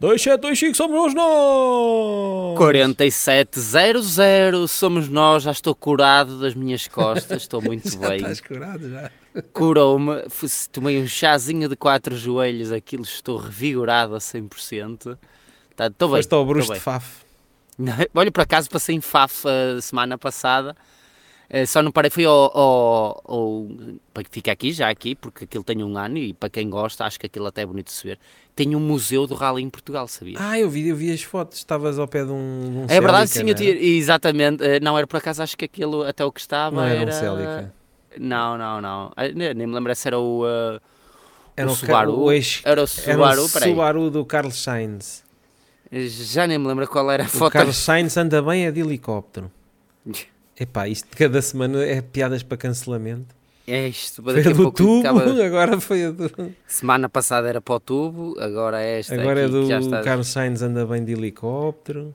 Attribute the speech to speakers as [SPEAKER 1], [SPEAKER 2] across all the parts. [SPEAKER 1] 275 somos nós, não!
[SPEAKER 2] 4700 somos nós, já estou curado das minhas costas, estou muito
[SPEAKER 1] Já
[SPEAKER 2] bem.
[SPEAKER 1] estás curado Tá já.
[SPEAKER 2] Curou-me, fu- tomei um chazinho de quatro joelhos, aquilo estou revigorado a 100%. Tá, estou bem.
[SPEAKER 1] Foste ao
[SPEAKER 2] estou
[SPEAKER 1] bruxo
[SPEAKER 2] bem.
[SPEAKER 1] de Faf.
[SPEAKER 2] Olha, por acaso passei em FAF a semana passada, eh, só não parei, fui ao, ao- ao- para que fique aqui, já aqui, porque aquilo tem um ano e para quem gosta, acho que aquilo até é bonito de se ver. Tem um museu do rally em Portugal, sabia?
[SPEAKER 1] Ah, eu vi, eu vi as fotos, estavas ao pé de um, de um
[SPEAKER 2] É verdade,
[SPEAKER 1] Celica,
[SPEAKER 2] sim, eu
[SPEAKER 1] não
[SPEAKER 2] tinha- exatamente. eh, Não era por acaso, acho que aquilo até o que estava
[SPEAKER 1] Não era um
[SPEAKER 2] era.
[SPEAKER 1] Celica.
[SPEAKER 2] Não, não, não. Ah, ne- Nem me lembro se era o. eh,
[SPEAKER 1] Era
[SPEAKER 2] o
[SPEAKER 1] um ca-
[SPEAKER 2] Subaru.
[SPEAKER 1] o ex-
[SPEAKER 2] Era o
[SPEAKER 1] Era
[SPEAKER 2] Subaru,
[SPEAKER 1] um
[SPEAKER 2] peraí.
[SPEAKER 1] Subaru do Carlos Sainz.
[SPEAKER 2] Já nem me lembro qual era a
[SPEAKER 1] O
[SPEAKER 2] foto.
[SPEAKER 1] Carlos Sainz anda bem é de helicóptero. Epá, isto de cada semana é piadas para cancelamento.
[SPEAKER 2] É isto.
[SPEAKER 1] Foi
[SPEAKER 2] Daqui
[SPEAKER 1] a
[SPEAKER 2] a
[SPEAKER 1] do
[SPEAKER 2] pouco
[SPEAKER 1] tubo,
[SPEAKER 2] ficava-
[SPEAKER 1] agora foi a do...
[SPEAKER 2] Semana passada era para o tubo, agora é esta.
[SPEAKER 1] Agora é
[SPEAKER 2] aqui,
[SPEAKER 1] do
[SPEAKER 2] que já está...
[SPEAKER 1] Carlos Sainz anda bem de helicóptero.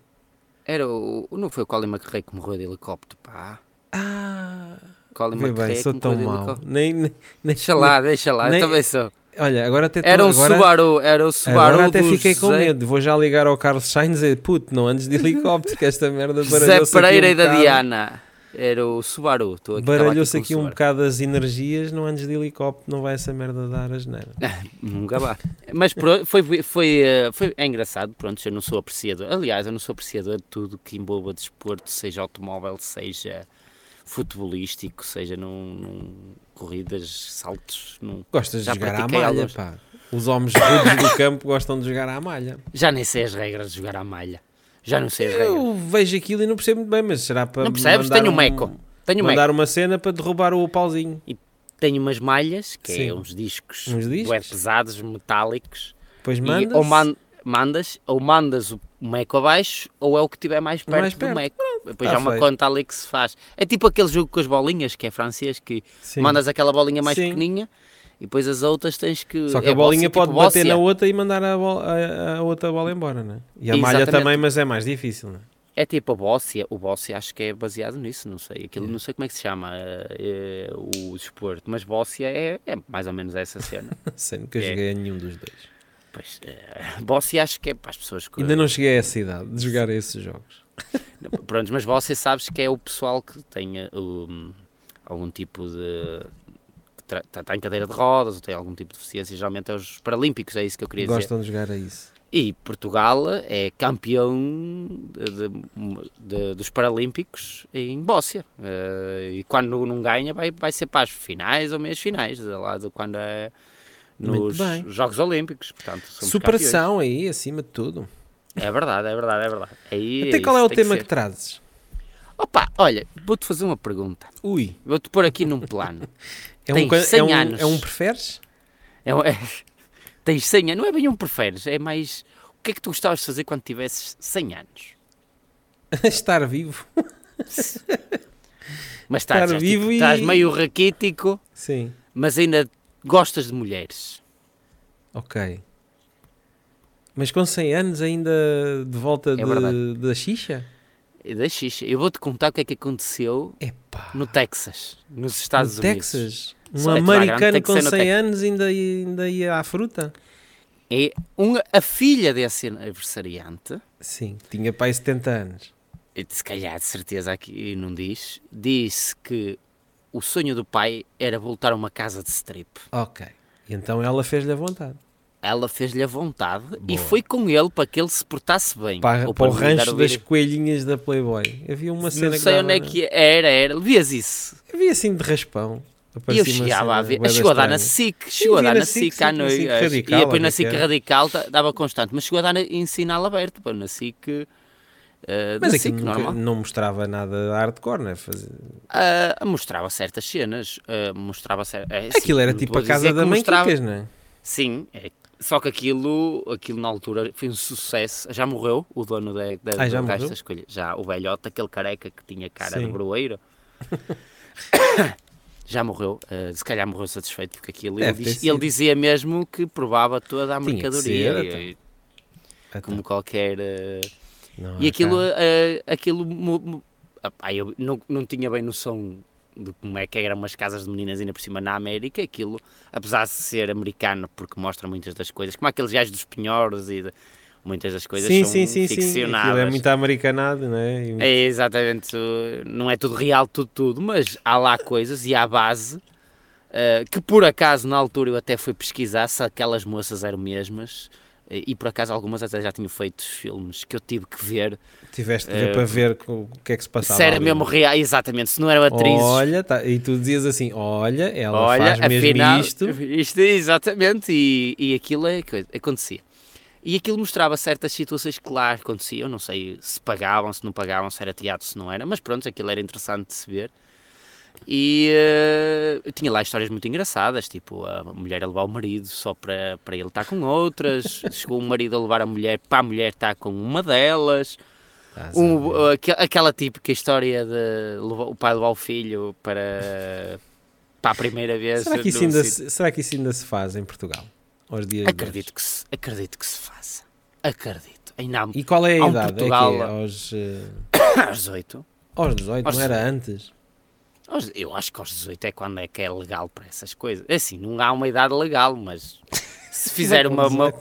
[SPEAKER 2] Era o. Não foi o Colin McRae que morreu de helicóptero, pá.
[SPEAKER 1] Ah,
[SPEAKER 2] Colin
[SPEAKER 1] vê
[SPEAKER 2] McRae
[SPEAKER 1] bem,
[SPEAKER 2] que
[SPEAKER 1] sou
[SPEAKER 2] morreu
[SPEAKER 1] tão
[SPEAKER 2] de
[SPEAKER 1] mau.
[SPEAKER 2] helicóptero.
[SPEAKER 1] Nem, nem, nem-
[SPEAKER 2] Deixa lá, deixa lá,
[SPEAKER 1] Nem-
[SPEAKER 2] eu também sou.
[SPEAKER 1] Olha, agora até tô-
[SPEAKER 2] Era um
[SPEAKER 1] agora,
[SPEAKER 2] Subaru, era o Subaru
[SPEAKER 1] agora até
[SPEAKER 2] do
[SPEAKER 1] fiquei com
[SPEAKER 2] José-
[SPEAKER 1] medo. Vou já ligar ao Carlos Sainz e puto, não andes de helicóptero, que esta merda
[SPEAKER 2] José
[SPEAKER 1] baralhou-se aqui um
[SPEAKER 2] Pereira e da
[SPEAKER 1] bocado.
[SPEAKER 2] Diana. Era o Subaru. Estou aqui, estava
[SPEAKER 1] Baralhou-se
[SPEAKER 2] com o
[SPEAKER 1] aqui um
[SPEAKER 2] Subaru.
[SPEAKER 1] bocado as energias, não andes de helicóptero, não vai essa merda dar asneira.
[SPEAKER 2] Hum, Nunca vá. Mas pro- foi, foi, eh, foi- é engraçado, pronto, eu não sou apreciador. Aliás, eu não sou apreciador de tudo que envolva desporto, seja automóvel, seja futebolístico, seja num, num- corridas, saltos. num-
[SPEAKER 1] Gostas de
[SPEAKER 2] Já
[SPEAKER 1] jogar à
[SPEAKER 2] pratiquei
[SPEAKER 1] malha,
[SPEAKER 2] alguns.
[SPEAKER 1] pá. Os homens rudes do campo gostam de jogar à malha.
[SPEAKER 2] Já nem sei as regras de jogar à malha. Já não sei as regras.
[SPEAKER 1] Eu vejo aquilo e não percebo muito bem, mas será para
[SPEAKER 2] Não percebes?
[SPEAKER 1] mandar
[SPEAKER 2] Tenho um
[SPEAKER 1] um-
[SPEAKER 2] eco. Tenho um
[SPEAKER 1] mandar
[SPEAKER 2] eco.
[SPEAKER 1] uma cena para derrubar o pauzinho.
[SPEAKER 2] Tenho umas malhas, que
[SPEAKER 1] Sim.
[SPEAKER 2] é uns discos,
[SPEAKER 1] Uns
[SPEAKER 2] bué
[SPEAKER 1] discos?
[SPEAKER 2] pesados, metálicos.
[SPEAKER 1] Depois
[SPEAKER 2] E
[SPEAKER 1] mandas.
[SPEAKER 2] ou man- mandas, ou mandas o meco abaixo, ou é o que estiver mais perto,
[SPEAKER 1] Mais perto.
[SPEAKER 2] do meco. Depois
[SPEAKER 1] tá
[SPEAKER 2] há uma
[SPEAKER 1] feito.
[SPEAKER 2] conta ali que se faz. É tipo aquele jogo com as bolinhas, que é francês, que
[SPEAKER 1] Sim.
[SPEAKER 2] mandas aquela bolinha mais
[SPEAKER 1] Sim.
[SPEAKER 2] pequeninha e depois as outras tens que.
[SPEAKER 1] Só que
[SPEAKER 2] é
[SPEAKER 1] a bolinha
[SPEAKER 2] bócia,
[SPEAKER 1] pode
[SPEAKER 2] tipo
[SPEAKER 1] bater
[SPEAKER 2] bócia.
[SPEAKER 1] na outra e mandar a, bol- a- a outra bola embora, né? E a malha
[SPEAKER 2] Exatamente.
[SPEAKER 1] também, mas é mais difícil, né?
[SPEAKER 2] É tipo a bócia. O bócia acho que é baseado nisso, não sei. Aquilo não sei como é que se chama eh, eh, o desporto, mas bócia é, é mais ou menos essa cena.
[SPEAKER 1] Sei, nunca
[SPEAKER 2] É.
[SPEAKER 1] joguei a nenhum dos dois.
[SPEAKER 2] pois, eh, bócia acho que é para as pessoas que.
[SPEAKER 1] Ainda não cheguei a essa idade de jogar a esses jogos.
[SPEAKER 2] Pronto, mas você sabes que é o pessoal que tem eh, um, algum tipo de. que está em cadeira de rodas ou tem algum tipo de deficiência, geralmente é os Paralímpicos, é isso que eu queria dizer.
[SPEAKER 1] Gostam de jogar a isso.
[SPEAKER 2] E Portugal é campeão de- de- de- dos Paralímpicos em Bóssia. Eh, e quando não ganha, vai, vai ser para as finais ou meias finais, de lá de quando é
[SPEAKER 1] Muito
[SPEAKER 2] nos
[SPEAKER 1] bem.
[SPEAKER 2] Jogos Olímpicos. Portanto, somos
[SPEAKER 1] Superação aí, acima de tudo.
[SPEAKER 2] campeões. É verdade, é verdade, é verdade. Aí
[SPEAKER 1] Até qual é
[SPEAKER 2] isso,
[SPEAKER 1] o
[SPEAKER 2] tem que
[SPEAKER 1] tema
[SPEAKER 2] ser.
[SPEAKER 1] que, trazes?
[SPEAKER 2] Opa, olha, vou-te fazer uma pergunta.
[SPEAKER 1] Ui,
[SPEAKER 2] Vou-te pôr aqui num plano.
[SPEAKER 1] é um,
[SPEAKER 2] Tens
[SPEAKER 1] can- é
[SPEAKER 2] 100
[SPEAKER 1] um,
[SPEAKER 2] anos.
[SPEAKER 1] é um preferes?
[SPEAKER 2] É, um- é- tens 100 anos, não é bem um preferes, é mais o que é que tu gostavas de fazer quando tivesses 100 anos?
[SPEAKER 1] Estar vivo.
[SPEAKER 2] Mas estás,
[SPEAKER 1] Estar
[SPEAKER 2] és
[SPEAKER 1] vivo
[SPEAKER 2] tipo,
[SPEAKER 1] e-
[SPEAKER 2] estás meio raquítico,
[SPEAKER 1] Sim,
[SPEAKER 2] mas ainda gostas de mulheres.
[SPEAKER 1] ok. Mas com 100 anos ainda de volta de-
[SPEAKER 2] É verdade.
[SPEAKER 1] da xixa?
[SPEAKER 2] E Da xixa. Eu vou-te contar o que é que aconteceu
[SPEAKER 1] Epá.
[SPEAKER 2] no Texas, nos Estados
[SPEAKER 1] no
[SPEAKER 2] Unidos.
[SPEAKER 1] Texas? Um
[SPEAKER 2] Só- é que lá grande
[SPEAKER 1] americano
[SPEAKER 2] tem que
[SPEAKER 1] com
[SPEAKER 2] ser no
[SPEAKER 1] 100
[SPEAKER 2] Texas.
[SPEAKER 1] anos ainda ia, ainda ia à fruta?
[SPEAKER 2] É um, a filha desse aniversariante,
[SPEAKER 1] Sim, tinha pai 70 anos.
[SPEAKER 2] e se calhar de certeza aqui não diz, disse que o sonho do pai era voltar a uma casa de strip.
[SPEAKER 1] Ok. E então ela fez-lhe a vontade.
[SPEAKER 2] Ela fez-lhe a vontade e
[SPEAKER 1] Boa.
[SPEAKER 2] foi com ele para que ele se portasse bem.
[SPEAKER 1] Para,
[SPEAKER 2] Ou
[SPEAKER 1] para o
[SPEAKER 2] lhe dar
[SPEAKER 1] rancho
[SPEAKER 2] ouvir-
[SPEAKER 1] das coelhinhas da Playboy. Havia uma cena
[SPEAKER 2] Não
[SPEAKER 1] que
[SPEAKER 2] sei
[SPEAKER 1] dava
[SPEAKER 2] onde é
[SPEAKER 1] na-
[SPEAKER 2] que era, era. Vias isso.
[SPEAKER 1] Havia assim de raspão.
[SPEAKER 2] E
[SPEAKER 1] Aparecia
[SPEAKER 2] eu
[SPEAKER 1] uma
[SPEAKER 2] chegava
[SPEAKER 1] cena
[SPEAKER 2] a ver.
[SPEAKER 1] bué da
[SPEAKER 2] Chegou a dar na
[SPEAKER 1] estranha.
[SPEAKER 2] SIC. Chegou a
[SPEAKER 1] via
[SPEAKER 2] dar
[SPEAKER 1] na
[SPEAKER 2] na
[SPEAKER 1] SIC,
[SPEAKER 2] SIC à
[SPEAKER 1] sim, na
[SPEAKER 2] noite.
[SPEAKER 1] SIC
[SPEAKER 2] acho. E
[SPEAKER 1] radical,
[SPEAKER 2] depois na
[SPEAKER 1] ou que
[SPEAKER 2] SIC
[SPEAKER 1] era.
[SPEAKER 2] radical ta- dava constante. Mas chegou a dar na- em sinal aberto. Pô, na SIC. eh,
[SPEAKER 1] Mas é
[SPEAKER 2] na
[SPEAKER 1] aqui
[SPEAKER 2] SIC, normal.
[SPEAKER 1] não mostrava nada hardcore, não é? Fazia-
[SPEAKER 2] Ah, mostrava certas cenas. ah, mostrava cer- é, sim,
[SPEAKER 1] Aquilo era
[SPEAKER 2] não
[SPEAKER 1] tipo
[SPEAKER 2] vou
[SPEAKER 1] a casa
[SPEAKER 2] dizer
[SPEAKER 1] da
[SPEAKER 2] que
[SPEAKER 1] mãe
[SPEAKER 2] mostrava-
[SPEAKER 1] Quicas, não é?
[SPEAKER 2] Sim. é, Só que aquilo, aquilo na altura foi um sucesso. Já morreu o dono da, da,
[SPEAKER 1] Ah, já
[SPEAKER 2] do gajo
[SPEAKER 1] morreu?
[SPEAKER 2] das coelhas. Já, o velhote, aquele careca que tinha cara
[SPEAKER 1] Sim.
[SPEAKER 2] de broeiro. já morreu. eh, se calhar morreu satisfeito porque aquilo. Ele,
[SPEAKER 1] Deve ter
[SPEAKER 2] diz-
[SPEAKER 1] sido.
[SPEAKER 2] ele dizia mesmo que provava toda a
[SPEAKER 1] Tinha que
[SPEAKER 2] mercadoria.
[SPEAKER 1] ser,
[SPEAKER 2] e-
[SPEAKER 1] Ah,
[SPEAKER 2] como qualquer. eh,
[SPEAKER 1] não, não
[SPEAKER 2] e
[SPEAKER 1] é
[SPEAKER 2] aquilo,
[SPEAKER 1] cá.
[SPEAKER 2] eh, aquilo mo- mo- ah, pá, eu não, não tinha bem noção de como é que eram umas casas de meninas ainda por cima na América, aquilo, apesar de ser americano, porque mostra muitas das coisas, como aqueles gajos dos penhores e de- muitas das coisas
[SPEAKER 1] sim,
[SPEAKER 2] são
[SPEAKER 1] sim, sim, sim.
[SPEAKER 2] ficcionadas.
[SPEAKER 1] Aquilo é muito americanado, não é? E-
[SPEAKER 2] É, exatamente, uh, não é tudo real, tudo, tudo, mas há lá coisas e há base uh, que por acaso na altura eu até fui pesquisar se aquelas moças eram mesmas eh, e e, por acaso algumas até já tinham feito filmes que eu tive que ver
[SPEAKER 1] Tiveste de ver para ver co- o que é que se passava.
[SPEAKER 2] se era
[SPEAKER 1] ali,
[SPEAKER 2] mesmo
[SPEAKER 1] não é?
[SPEAKER 2] real, exatamente, se não eram atrizes.
[SPEAKER 1] Olha, tá, e tu dizias assim: olha, ela faz mesmo isto.
[SPEAKER 2] um isto, exatamente, e, e aquilo é coisa, acontecia. E aquilo mostrava certas situações que lá aconteciam, não sei se pagavam, se não pagavam, se era teatro, se não era, mas pronto, aquilo era interessante de se ver. E eh, tinha lá histórias muito engraçadas, tipo a mulher a levar o marido só para, para ele estar com outras, chegou o marido a levar a mulher para a mulher estar com uma delas,
[SPEAKER 1] Estás a
[SPEAKER 2] um-
[SPEAKER 1] ver.
[SPEAKER 2] aque- aquela típica história de levar- o pai levar o filho para, para a primeira vez.
[SPEAKER 1] será, que isso
[SPEAKER 2] num
[SPEAKER 1] ainda
[SPEAKER 2] sítio.
[SPEAKER 1] se, será que isso ainda se faz em Portugal? Aos dias de hoje?
[SPEAKER 2] Acredito que se, acredito que se faça. Acredito. Ainda há
[SPEAKER 1] E qual é
[SPEAKER 2] Há
[SPEAKER 1] a
[SPEAKER 2] um
[SPEAKER 1] idade? É que é
[SPEAKER 2] Portugal-
[SPEAKER 1] aos, eh,
[SPEAKER 2] aos 18.
[SPEAKER 1] aos 18,
[SPEAKER 2] Aos
[SPEAKER 1] não era antes?
[SPEAKER 2] aos- eu acho que aos 18 é quando é que é legal para essas coisas. Assim, não há uma idade legal, mas se fizer
[SPEAKER 1] Com
[SPEAKER 2] uma, uma,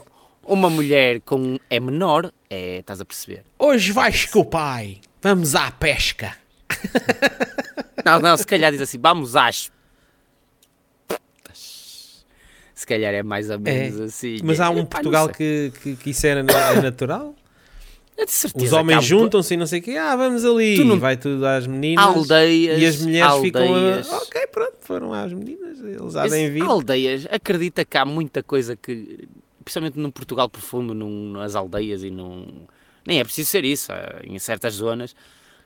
[SPEAKER 2] uma mulher com é menor, é, estás a perceber?
[SPEAKER 1] Hoje vais com o pai, vamos à pesca.
[SPEAKER 2] Não, não, se calhar diz assim, vamos às. Se calhar é mais ou menos assim.
[SPEAKER 1] Mas há um
[SPEAKER 2] Epá, não
[SPEAKER 1] Portugal
[SPEAKER 2] sei.
[SPEAKER 1] que, que, que isso era na- é natural?
[SPEAKER 2] É de certeza
[SPEAKER 1] Os
[SPEAKER 2] que há
[SPEAKER 1] homens
[SPEAKER 2] um-
[SPEAKER 1] juntam-se e não sei o quê, ah, vamos ali,
[SPEAKER 2] Tu não-
[SPEAKER 1] e vai tudo às meninas.
[SPEAKER 2] Aldeias.
[SPEAKER 1] E as mulheres
[SPEAKER 2] aldeias.
[SPEAKER 1] ficam a... Ok, pronto, foram às meninas, eles há
[SPEAKER 2] Mas
[SPEAKER 1] bem vindo.
[SPEAKER 2] Aldeias, acredita que há muita coisa que, principalmente no Portugal profundo, num- nas aldeias e num. Nem é preciso ser isso, há- em certas zonas,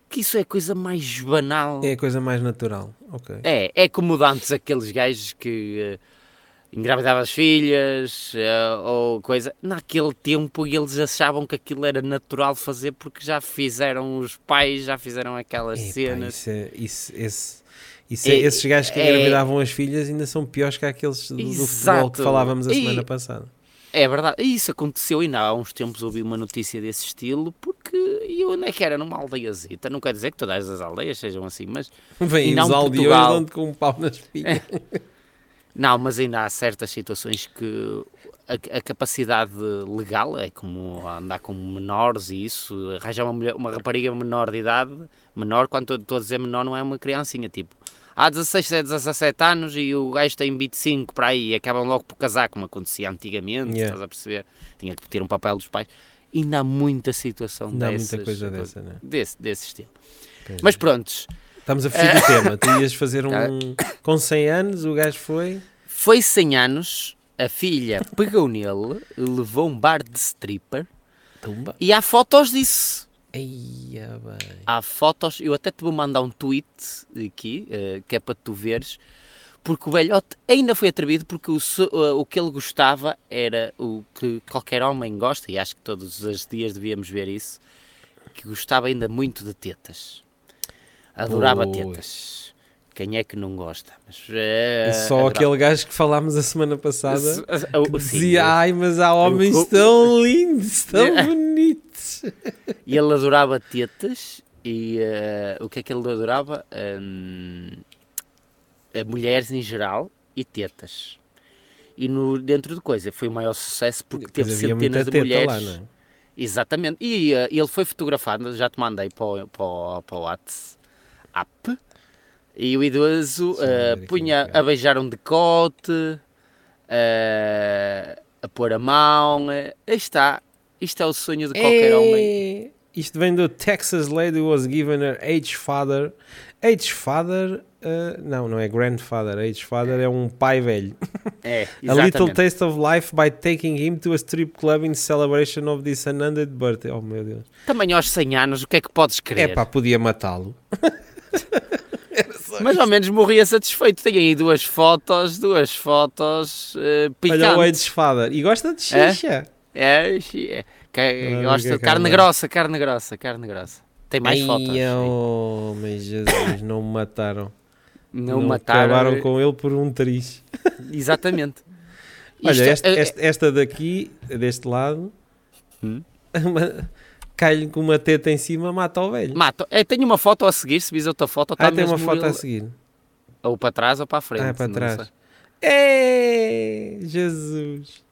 [SPEAKER 2] que isso é a coisa mais banal.
[SPEAKER 1] É a coisa mais natural. Ok.
[SPEAKER 2] É, é como de antes aqueles gajos que eh, engravidavam as filhas eh, ou coisa. Naquele tempo eles achavam que aquilo era natural fazer porque já fizeram os pais, já fizeram aquelas
[SPEAKER 1] Epá,
[SPEAKER 2] cenas.
[SPEAKER 1] isso é- isso- esse- isso é-
[SPEAKER 2] É-
[SPEAKER 1] esses gajos que
[SPEAKER 2] é-
[SPEAKER 1] engravidavam as filhas ainda são piores que aqueles do, do futebol
[SPEAKER 2] Exato.
[SPEAKER 1] que falávamos a
[SPEAKER 2] E-
[SPEAKER 1] semana passada.
[SPEAKER 2] É verdade, e isso aconteceu ainda há uns tempos ouvi uma notícia desse estilo, porque eu não é que era numa aldeiazita, não quer dizer que todas as aldeias sejam assim, mas
[SPEAKER 1] Vêm
[SPEAKER 2] E não
[SPEAKER 1] os aldeões
[SPEAKER 2] Portugal.
[SPEAKER 1] dão-te com um pau nas filhas.
[SPEAKER 2] não, mas ainda há certas situações que a, a capacidade legal é como andar com menores e isso, arranjar uma, mulher- uma rapariga menor de idade, menor, quando estou a dizer menor não é uma criancinha, tipo, há 16, a 17 anos e o gajo tem 25 para aí e acabam logo por casar, como acontecia antigamente,
[SPEAKER 1] Yeah.
[SPEAKER 2] estás a perceber? Tinha que ter um papel dos pais. Ainda há muita situação
[SPEAKER 1] Não há
[SPEAKER 2] dessas-
[SPEAKER 1] muita coisa dessa, né?
[SPEAKER 2] desse, desse estilo.
[SPEAKER 1] Pois é.
[SPEAKER 2] Mas prontos,
[SPEAKER 1] Estamos a fugir do tema. Tu ias fazer
[SPEAKER 2] Tá.
[SPEAKER 1] um. Com 100 anos, o gajo foi.
[SPEAKER 2] foi 100 anos, a filha pegou nele, levou um bar de stripper
[SPEAKER 1] Tumba.
[SPEAKER 2] e há fotos disso.
[SPEAKER 1] Eia, ah, bem.
[SPEAKER 2] Há fotos, eu até te vou mandar um tweet aqui, eh, que é para tu veres, porque o velhote ainda foi atrevido, porque o, se- eh, o que ele gostava era o que qualquer homem gosta, e acho que todos os dias devíamos ver isso, que gostava ainda muito de tetas. Adorava
[SPEAKER 1] Pois.
[SPEAKER 2] tetas. Quem é que não gosta? Mas, eh,
[SPEAKER 1] E É só
[SPEAKER 2] adorava.
[SPEAKER 1] aquele gajo que falámos a semana passada.
[SPEAKER 2] S- ah,
[SPEAKER 1] que
[SPEAKER 2] o- sim,
[SPEAKER 1] Dizia, ai, mas há homens
[SPEAKER 2] eu-
[SPEAKER 1] tão lindos, tão
[SPEAKER 2] Yeah.
[SPEAKER 1] bonitos.
[SPEAKER 2] E ele adorava tetas e eh, o que é que ele adorava? Hum, eh, mulheres em geral e tetas. E no, dentro de coisa, foi o maior sucesso porque
[SPEAKER 1] Pois
[SPEAKER 2] teve
[SPEAKER 1] havia muita
[SPEAKER 2] centenas de
[SPEAKER 1] teta
[SPEAKER 2] mulheres.
[SPEAKER 1] lá, não é?
[SPEAKER 2] Exatamente. E eh, ele foi fotografado, já te mandei para o, para o, para o WhatsApp. E o idoso
[SPEAKER 1] Deixa-me
[SPEAKER 2] eh,
[SPEAKER 1] ver aqui um
[SPEAKER 2] punha
[SPEAKER 1] bocado.
[SPEAKER 2] a beijar um decote, eh, a pôr a mão. eh, aí está. Isto é o sonho de qualquer homem.
[SPEAKER 1] Eh, Isto vem do Texas lady who was given her age father. Age father, eh, não, não é grandfather. Age father é um pai velho.
[SPEAKER 2] É,
[SPEAKER 1] A little
[SPEAKER 2] exatamente.
[SPEAKER 1] taste of life by taking him to a strip club in celebration of this 100th birthday. Oh meu Deus.
[SPEAKER 2] Também aos 100 anos, o que é que podes
[SPEAKER 1] É
[SPEAKER 2] querer?
[SPEAKER 1] pá, podia matá-lo.
[SPEAKER 2] Mas ao menos morria satisfeito. Tenho aí duas fotos, duas fotos
[SPEAKER 1] Olha
[SPEAKER 2] eh,
[SPEAKER 1] o
[SPEAKER 2] picantes.
[SPEAKER 1] age father. E gosta de
[SPEAKER 2] É?
[SPEAKER 1] xixa.
[SPEAKER 2] É, xi- é. Que-
[SPEAKER 1] Não,
[SPEAKER 2] gosta
[SPEAKER 1] não quer
[SPEAKER 2] de carne
[SPEAKER 1] carne.
[SPEAKER 2] grossa, carne grossa, carne grossa. Tem mais
[SPEAKER 1] Ai,
[SPEAKER 2] fotos.
[SPEAKER 1] Oh, mas Jesus, não me mataram.
[SPEAKER 2] Não, mataram.
[SPEAKER 1] Acabaram com ele por um triz.
[SPEAKER 2] Exatamente.
[SPEAKER 1] Olha,
[SPEAKER 2] Isto
[SPEAKER 1] este-
[SPEAKER 2] é-
[SPEAKER 1] este- esta daqui, deste lado,
[SPEAKER 2] Hum?
[SPEAKER 1] uma- cai-lhe com uma teta em cima, mata o velho.
[SPEAKER 2] Mato. É, tenho uma foto a seguir, se vis outra foto, está
[SPEAKER 1] Ah, tem uma
[SPEAKER 2] mesmo
[SPEAKER 1] foto Ah, é a
[SPEAKER 2] ele-
[SPEAKER 1] seguir.
[SPEAKER 2] Ou para trás ou para a frente.
[SPEAKER 1] Ah, é para
[SPEAKER 2] não
[SPEAKER 1] trás.
[SPEAKER 2] sei.
[SPEAKER 1] Ei, Jesus.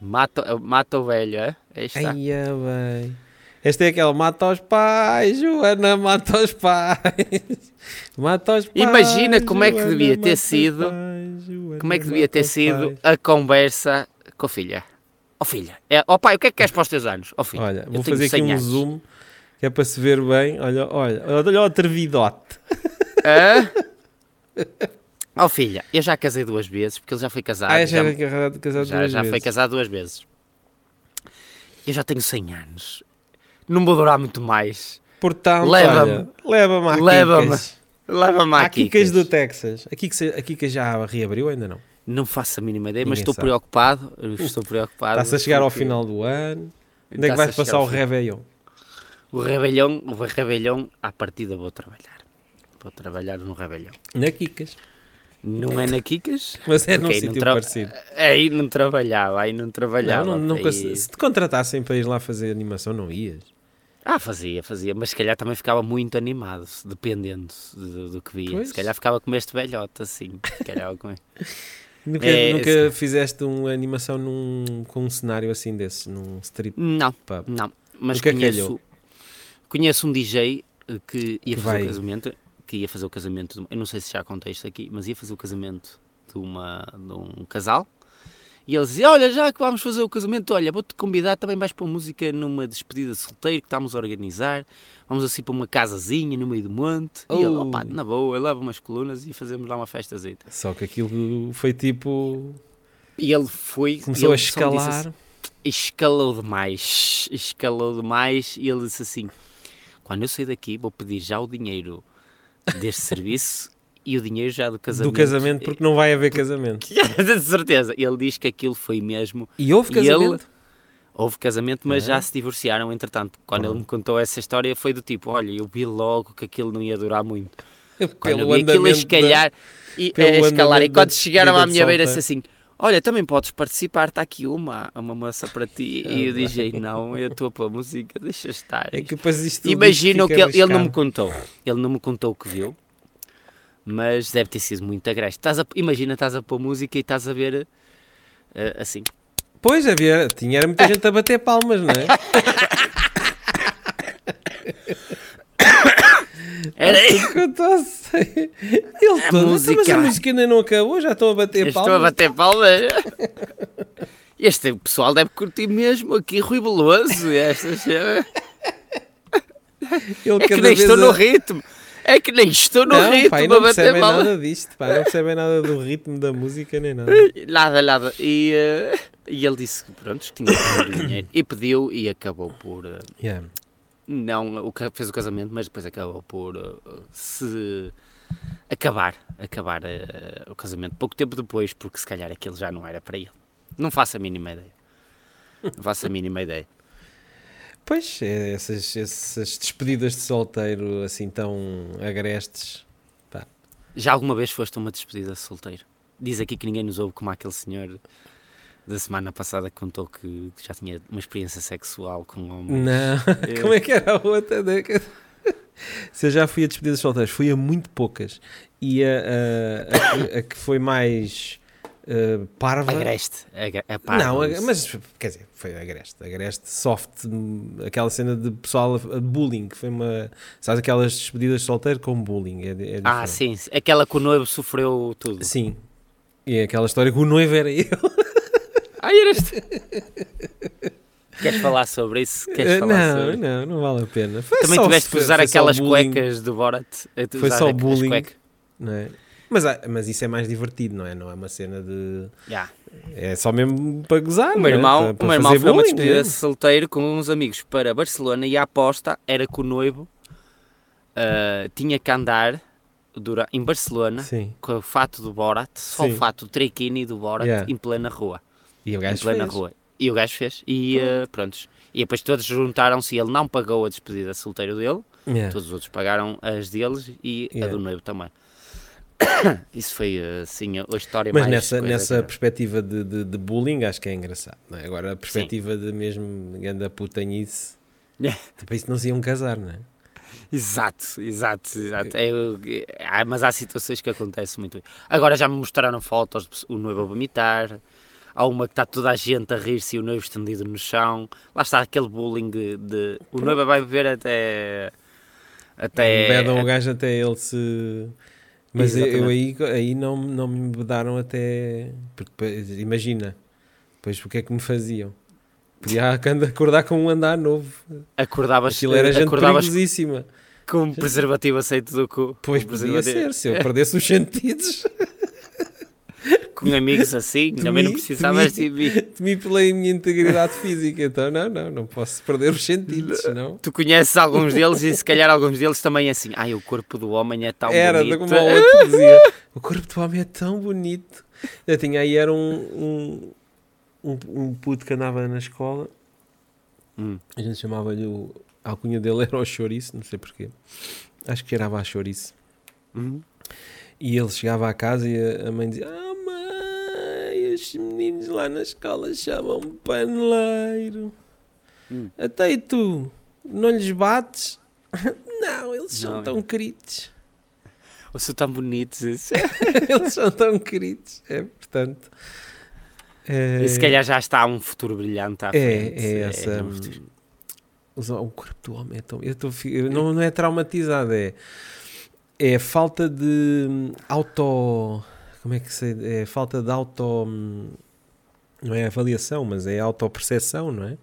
[SPEAKER 2] Mata, mata ovelha. é? Aí está.
[SPEAKER 1] Ai, bem. Este é aquele mata aos pais, Joana, mata aos pais. Mata aos pais.
[SPEAKER 2] Imagina como é que
[SPEAKER 1] Joana,
[SPEAKER 2] devia ter
[SPEAKER 1] mata aos
[SPEAKER 2] sido-
[SPEAKER 1] pais, Joana,
[SPEAKER 2] Como é que devia
[SPEAKER 1] mata
[SPEAKER 2] ter
[SPEAKER 1] aos
[SPEAKER 2] sido
[SPEAKER 1] pais.
[SPEAKER 2] a conversa com a filha? Ó filha, é, ó pai, o que é que queres para os teus anos? Ó filha,
[SPEAKER 1] Oh, Olha,
[SPEAKER 2] eu
[SPEAKER 1] vou
[SPEAKER 2] tenho
[SPEAKER 1] fazer aqui
[SPEAKER 2] 100
[SPEAKER 1] um
[SPEAKER 2] anos.
[SPEAKER 1] zoom que é para se ver bem. Olha, olha, olha o atrevidote.
[SPEAKER 2] Hã? Ó filha, eu já casei duas vezes, porque ele já foi casado.
[SPEAKER 1] Ah, já
[SPEAKER 2] já
[SPEAKER 1] era casado, casado
[SPEAKER 2] já,
[SPEAKER 1] duas
[SPEAKER 2] já foi
[SPEAKER 1] vezes.
[SPEAKER 2] casado duas vezes. Eu já tenho 100 anos. Não vou durar muito mais.
[SPEAKER 1] Portanto,
[SPEAKER 2] Leva-me.
[SPEAKER 1] olha, leva-me à
[SPEAKER 2] Leva-me.
[SPEAKER 1] Kikas.
[SPEAKER 2] Leva-me
[SPEAKER 1] À
[SPEAKER 2] à
[SPEAKER 1] Kikas
[SPEAKER 2] Kikas.
[SPEAKER 1] do Texas. A Kikas, a Kikas já reabriu ainda não?
[SPEAKER 2] Não faço a mínima ideia, mas
[SPEAKER 1] Ninguém
[SPEAKER 2] estou
[SPEAKER 1] sabe.
[SPEAKER 2] preocupado. eu Estou preocupado.
[SPEAKER 1] Está-se a chegar ao
[SPEAKER 2] porque-
[SPEAKER 1] final do ano. Onde é que
[SPEAKER 2] Ah, Está-se
[SPEAKER 1] vais
[SPEAKER 2] a chegar
[SPEAKER 1] passar
[SPEAKER 2] ao
[SPEAKER 1] o
[SPEAKER 2] fim.
[SPEAKER 1] Réveillon?
[SPEAKER 2] O rebelhão, o rebelhão, à partida vou trabalhar. Vou trabalhar no rebelhão.
[SPEAKER 1] Na Kikas.
[SPEAKER 2] Não é na Kikas?
[SPEAKER 1] Mas é num
[SPEAKER 2] Porque aí não
[SPEAKER 1] sítio
[SPEAKER 2] tra- É,
[SPEAKER 1] parecido.
[SPEAKER 2] Aí não trabalhava, aí não
[SPEAKER 1] Não,
[SPEAKER 2] trabalhava.
[SPEAKER 1] não- nunca,
[SPEAKER 2] aí-
[SPEAKER 1] se, se te contratassem para ir lá fazer animação, não ias.
[SPEAKER 2] Ah, fazia, fazia, mas se calhar também ficava muito animado, se- dependendo do, do que via.
[SPEAKER 1] Pois.
[SPEAKER 2] Se calhar ficava com este velhote assim. Se calhar com...
[SPEAKER 1] Nunca,
[SPEAKER 2] É,
[SPEAKER 1] nunca
[SPEAKER 2] se-
[SPEAKER 1] fizeste uma animação num- com um cenário assim desse, num strip
[SPEAKER 2] Não,
[SPEAKER 1] pub.
[SPEAKER 2] não. Mas
[SPEAKER 1] O que é que
[SPEAKER 2] conheço,
[SPEAKER 1] calhou?
[SPEAKER 2] conheço um DJ eh, que
[SPEAKER 1] Que
[SPEAKER 2] ia fazer
[SPEAKER 1] vai-
[SPEAKER 2] o casamento. Que ia fazer o casamento. de uma- Eu não sei se já contei isto aqui, mas ia fazer o casamento de, uma, de um casal. E ele dizia: Olha, já que vamos fazer o casamento, olha, vou-te convidar também vais para música numa despedida de solteiro que estamos a organizar. Vamos assim para uma casazinha no meio do monte. E ele,
[SPEAKER 1] Oh.
[SPEAKER 2] opa, na boa, eu levo umas colunas e fazemos lá uma festazita.
[SPEAKER 1] Só que aquilo foi tipo.
[SPEAKER 2] E ele foi.
[SPEAKER 1] Começou
[SPEAKER 2] ele
[SPEAKER 1] a
[SPEAKER 2] só me disse
[SPEAKER 1] escalar.
[SPEAKER 2] escalou demais, escalou demais e ele disse assim, quando eu sair daqui vou pedir já o dinheiro deste serviço e o dinheiro já do casamento.
[SPEAKER 1] do casamento porque não vai haver casamento.
[SPEAKER 2] De certeza, ele diz que aquilo foi mesmo,
[SPEAKER 1] E houve
[SPEAKER 2] E
[SPEAKER 1] casamento?
[SPEAKER 2] houve casamento mas já se divorciaram entretanto, quando ele me contou essa história foi do tipo, olha eu vi logo que aquilo não ia durar muito. Quando eu vi aquilo a
[SPEAKER 1] andamento da-
[SPEAKER 2] escalhar, e,
[SPEAKER 1] pelo
[SPEAKER 2] a escalar, e
[SPEAKER 1] andamento da
[SPEAKER 2] quando chegaram à
[SPEAKER 1] despedida de
[SPEAKER 2] minha beira
[SPEAKER 1] solteiro.
[SPEAKER 2] disse assim, olha, também podes participar, está aqui uma, uma moça para ti. E eu DJ, não, eu estou para a música, deixa estar.
[SPEAKER 1] É que depois isto. tudo
[SPEAKER 2] Imagino
[SPEAKER 1] fica
[SPEAKER 2] que ele, ele não me
[SPEAKER 1] arriscado.
[SPEAKER 2] contou. Ele não me contou o que viu, mas deve ter sido muito agreste. Estás a- imagina, estás a pôr música e estás a ver eh, assim.
[SPEAKER 1] Pois havia, tinha era muita gente a bater palmas, não é?
[SPEAKER 2] Era
[SPEAKER 1] Que eu tô a dizer. Ele todo, música. Mas
[SPEAKER 2] música.
[SPEAKER 1] a música ainda não acabou, já estão a bater
[SPEAKER 2] Estou a
[SPEAKER 1] palmas.
[SPEAKER 2] bater palmas. Este pessoal deve curtir mesmo aqui Rui Beloso. Esta chama.
[SPEAKER 1] Ele
[SPEAKER 2] É que
[SPEAKER 1] cada
[SPEAKER 2] nem
[SPEAKER 1] vez
[SPEAKER 2] estou
[SPEAKER 1] a-
[SPEAKER 2] no ritmo. É que nem estou no
[SPEAKER 1] não,
[SPEAKER 2] ritmo
[SPEAKER 1] pai,
[SPEAKER 2] a
[SPEAKER 1] não
[SPEAKER 2] bater
[SPEAKER 1] percebem
[SPEAKER 2] palmas.
[SPEAKER 1] nada disto, pá, não percebem nada do ritmo da música nem nada.
[SPEAKER 2] Nada, nada. E, eh, e ele disse que pronto, que tinha que pedir o dinheiro. E pediu e acabou por. eh,
[SPEAKER 1] Yeah.
[SPEAKER 2] Não, o ca- fez o casamento, mas depois acabou por uh, se acabar, acabar uh, o casamento pouco tempo depois, porque se calhar aquilo já não era para ele. Não faço a mínima ideia. Não faço a mínima ideia.
[SPEAKER 1] Pois, é, essas, essas despedidas de solteiro assim tão agrestes. Pá.
[SPEAKER 2] Já alguma vez foste a uma despedida de solteiro? Diz aqui que ninguém nos ouve como aquele senhor da semana passada que contou que já tinha uma experiência sexual com um homem.
[SPEAKER 1] Não, como é que era a outra década? Se eu já fui a despedidas solteiras, fui a muito poucas. E a, a- a que- a que foi mais eh, parva.
[SPEAKER 2] Agreste. Aga- a pá,
[SPEAKER 1] Não, a-
[SPEAKER 2] se-
[SPEAKER 1] mas quer dizer, foi agreste, agreste soft, hum, aquela cena de pessoal a- a bullying, foi uma, sabes aquelas despedidas de solteiro com bullying, é, é diferente.
[SPEAKER 2] Ah, sim. sim. Aquela que o noivo sofreu tudo.
[SPEAKER 1] Sim. E é aquela história que o noivo era eu.
[SPEAKER 2] Ai, Ah, era este. Queres falar sobre isso? Queres falar
[SPEAKER 1] Eh, não,
[SPEAKER 2] sobre
[SPEAKER 1] não, não vale a pena. Foi
[SPEAKER 2] Também
[SPEAKER 1] só-
[SPEAKER 2] tiveste que
[SPEAKER 1] foi-
[SPEAKER 2] usar
[SPEAKER 1] foi só
[SPEAKER 2] aquelas
[SPEAKER 1] bullying,
[SPEAKER 2] cuecas do Borat. eh, tu
[SPEAKER 1] Foi
[SPEAKER 2] usar
[SPEAKER 1] só
[SPEAKER 2] aquelas
[SPEAKER 1] bullying.
[SPEAKER 2] cuecas.
[SPEAKER 1] não é? Mas, há- mas isso é mais divertido, não é? Não é uma cena de.
[SPEAKER 2] Já.
[SPEAKER 1] É só mesmo para gozar.
[SPEAKER 2] O meu
[SPEAKER 1] não é?
[SPEAKER 2] irmão,
[SPEAKER 1] Para- para
[SPEAKER 2] o meu irmão
[SPEAKER 1] fazer
[SPEAKER 2] foi a uma
[SPEAKER 1] bullying,
[SPEAKER 2] despedida
[SPEAKER 1] né?
[SPEAKER 2] de solteiro com uns amigos para Barcelona e a aposta era que o noivo ah, tinha que andar dura- em Barcelona
[SPEAKER 1] Sim.
[SPEAKER 2] com o fato do Borat, só
[SPEAKER 1] Sim.
[SPEAKER 2] o fato do triquini do Borat
[SPEAKER 1] Yeah.
[SPEAKER 2] em plena rua.
[SPEAKER 1] E o
[SPEAKER 2] em
[SPEAKER 1] gajo
[SPEAKER 2] plena
[SPEAKER 1] fez.
[SPEAKER 2] rua. E o gajo fez. E ah, prontos. E depois todos juntaram-se e ele não pagou a despedida de solteiro dele.
[SPEAKER 1] Yeah.
[SPEAKER 2] Todos os outros pagaram as deles e
[SPEAKER 1] É. Yeah.
[SPEAKER 2] a do noivo também. Isso foi assim a a história
[SPEAKER 1] Mas
[SPEAKER 2] mais.
[SPEAKER 1] nessa,
[SPEAKER 2] coisa
[SPEAKER 1] nessa
[SPEAKER 2] que-
[SPEAKER 1] perspectiva de, de, de bullying acho que é engraçado. Não é? Agora a perspectiva de mesmo ganda putanhice.
[SPEAKER 2] Yeah.
[SPEAKER 1] Tipo, isso não se iam casar, não é?
[SPEAKER 2] Exato, exato, exato. É o- ah, mas há situações que acontece muito. Agora já me mostraram fotos de pesso- o noivo a vomitar. Há uma que está toda a gente a rir-se e o noivo estendido no chão. Lá está aquele bullying de. de- o noivo vai beber até. Até.
[SPEAKER 1] Embedam o gajo até ele se. Mas eu- eu aí, aí não, não me embedaram até. Porque, pois, imagina, depois o que é que me faziam? Podia ac- acordar com um andar novo.
[SPEAKER 2] acordavas,
[SPEAKER 1] Aquilo era gente
[SPEAKER 2] acordavas
[SPEAKER 1] perigosíssima.
[SPEAKER 2] com um preservativo aceito do cu.
[SPEAKER 1] Pois
[SPEAKER 2] Um
[SPEAKER 1] podia
[SPEAKER 2] preservativo.
[SPEAKER 1] ser, se eu perdesse os sentidos,
[SPEAKER 2] Com amigos assim, também não
[SPEAKER 1] Temi-
[SPEAKER 2] precisavas de
[SPEAKER 1] temi-
[SPEAKER 2] mim.
[SPEAKER 1] temi pela minha integridade física. Então, não, não, não posso perder os sentidos, senão.
[SPEAKER 2] Tu conheces alguns deles e se calhar alguns deles também assim. Ai, o corpo do homem é tão
[SPEAKER 1] Era,
[SPEAKER 2] bonito.
[SPEAKER 1] como o outro dizia, o corpo do homem é tão bonito. Eu tinha aí, era um, um, um, um puto que andava na escola,
[SPEAKER 2] Hum.
[SPEAKER 1] a gente chamava-lhe, o- a alcunha dele era o chouriço, não sei porquê. Acho que era a chouriço.
[SPEAKER 2] Hum.
[SPEAKER 1] E ele chegava à casa e a, a mãe dizia, ah mãe, os meninos lá na escola chamam-me paneleiro.
[SPEAKER 2] Hum.
[SPEAKER 1] Até e tu, não lhes bates? não, eles são
[SPEAKER 2] Não, é.
[SPEAKER 1] tão queridos.
[SPEAKER 2] Eu sou tão bonito.
[SPEAKER 1] É.
[SPEAKER 2] isso.
[SPEAKER 1] Eles são tão queridos. É, portanto. É,
[SPEAKER 2] E se calhar já está um futuro brilhante à
[SPEAKER 1] É,
[SPEAKER 2] frente.
[SPEAKER 1] é essa,
[SPEAKER 2] um
[SPEAKER 1] hum,
[SPEAKER 2] futuro-
[SPEAKER 1] os- o corpo do homem é tão. Eu tô, fi- eu não, não é traumatizado, é. É falta de hum, auto. Como é que se. É falta de auto. hum, Não é avaliação, mas é autoperceção, não é?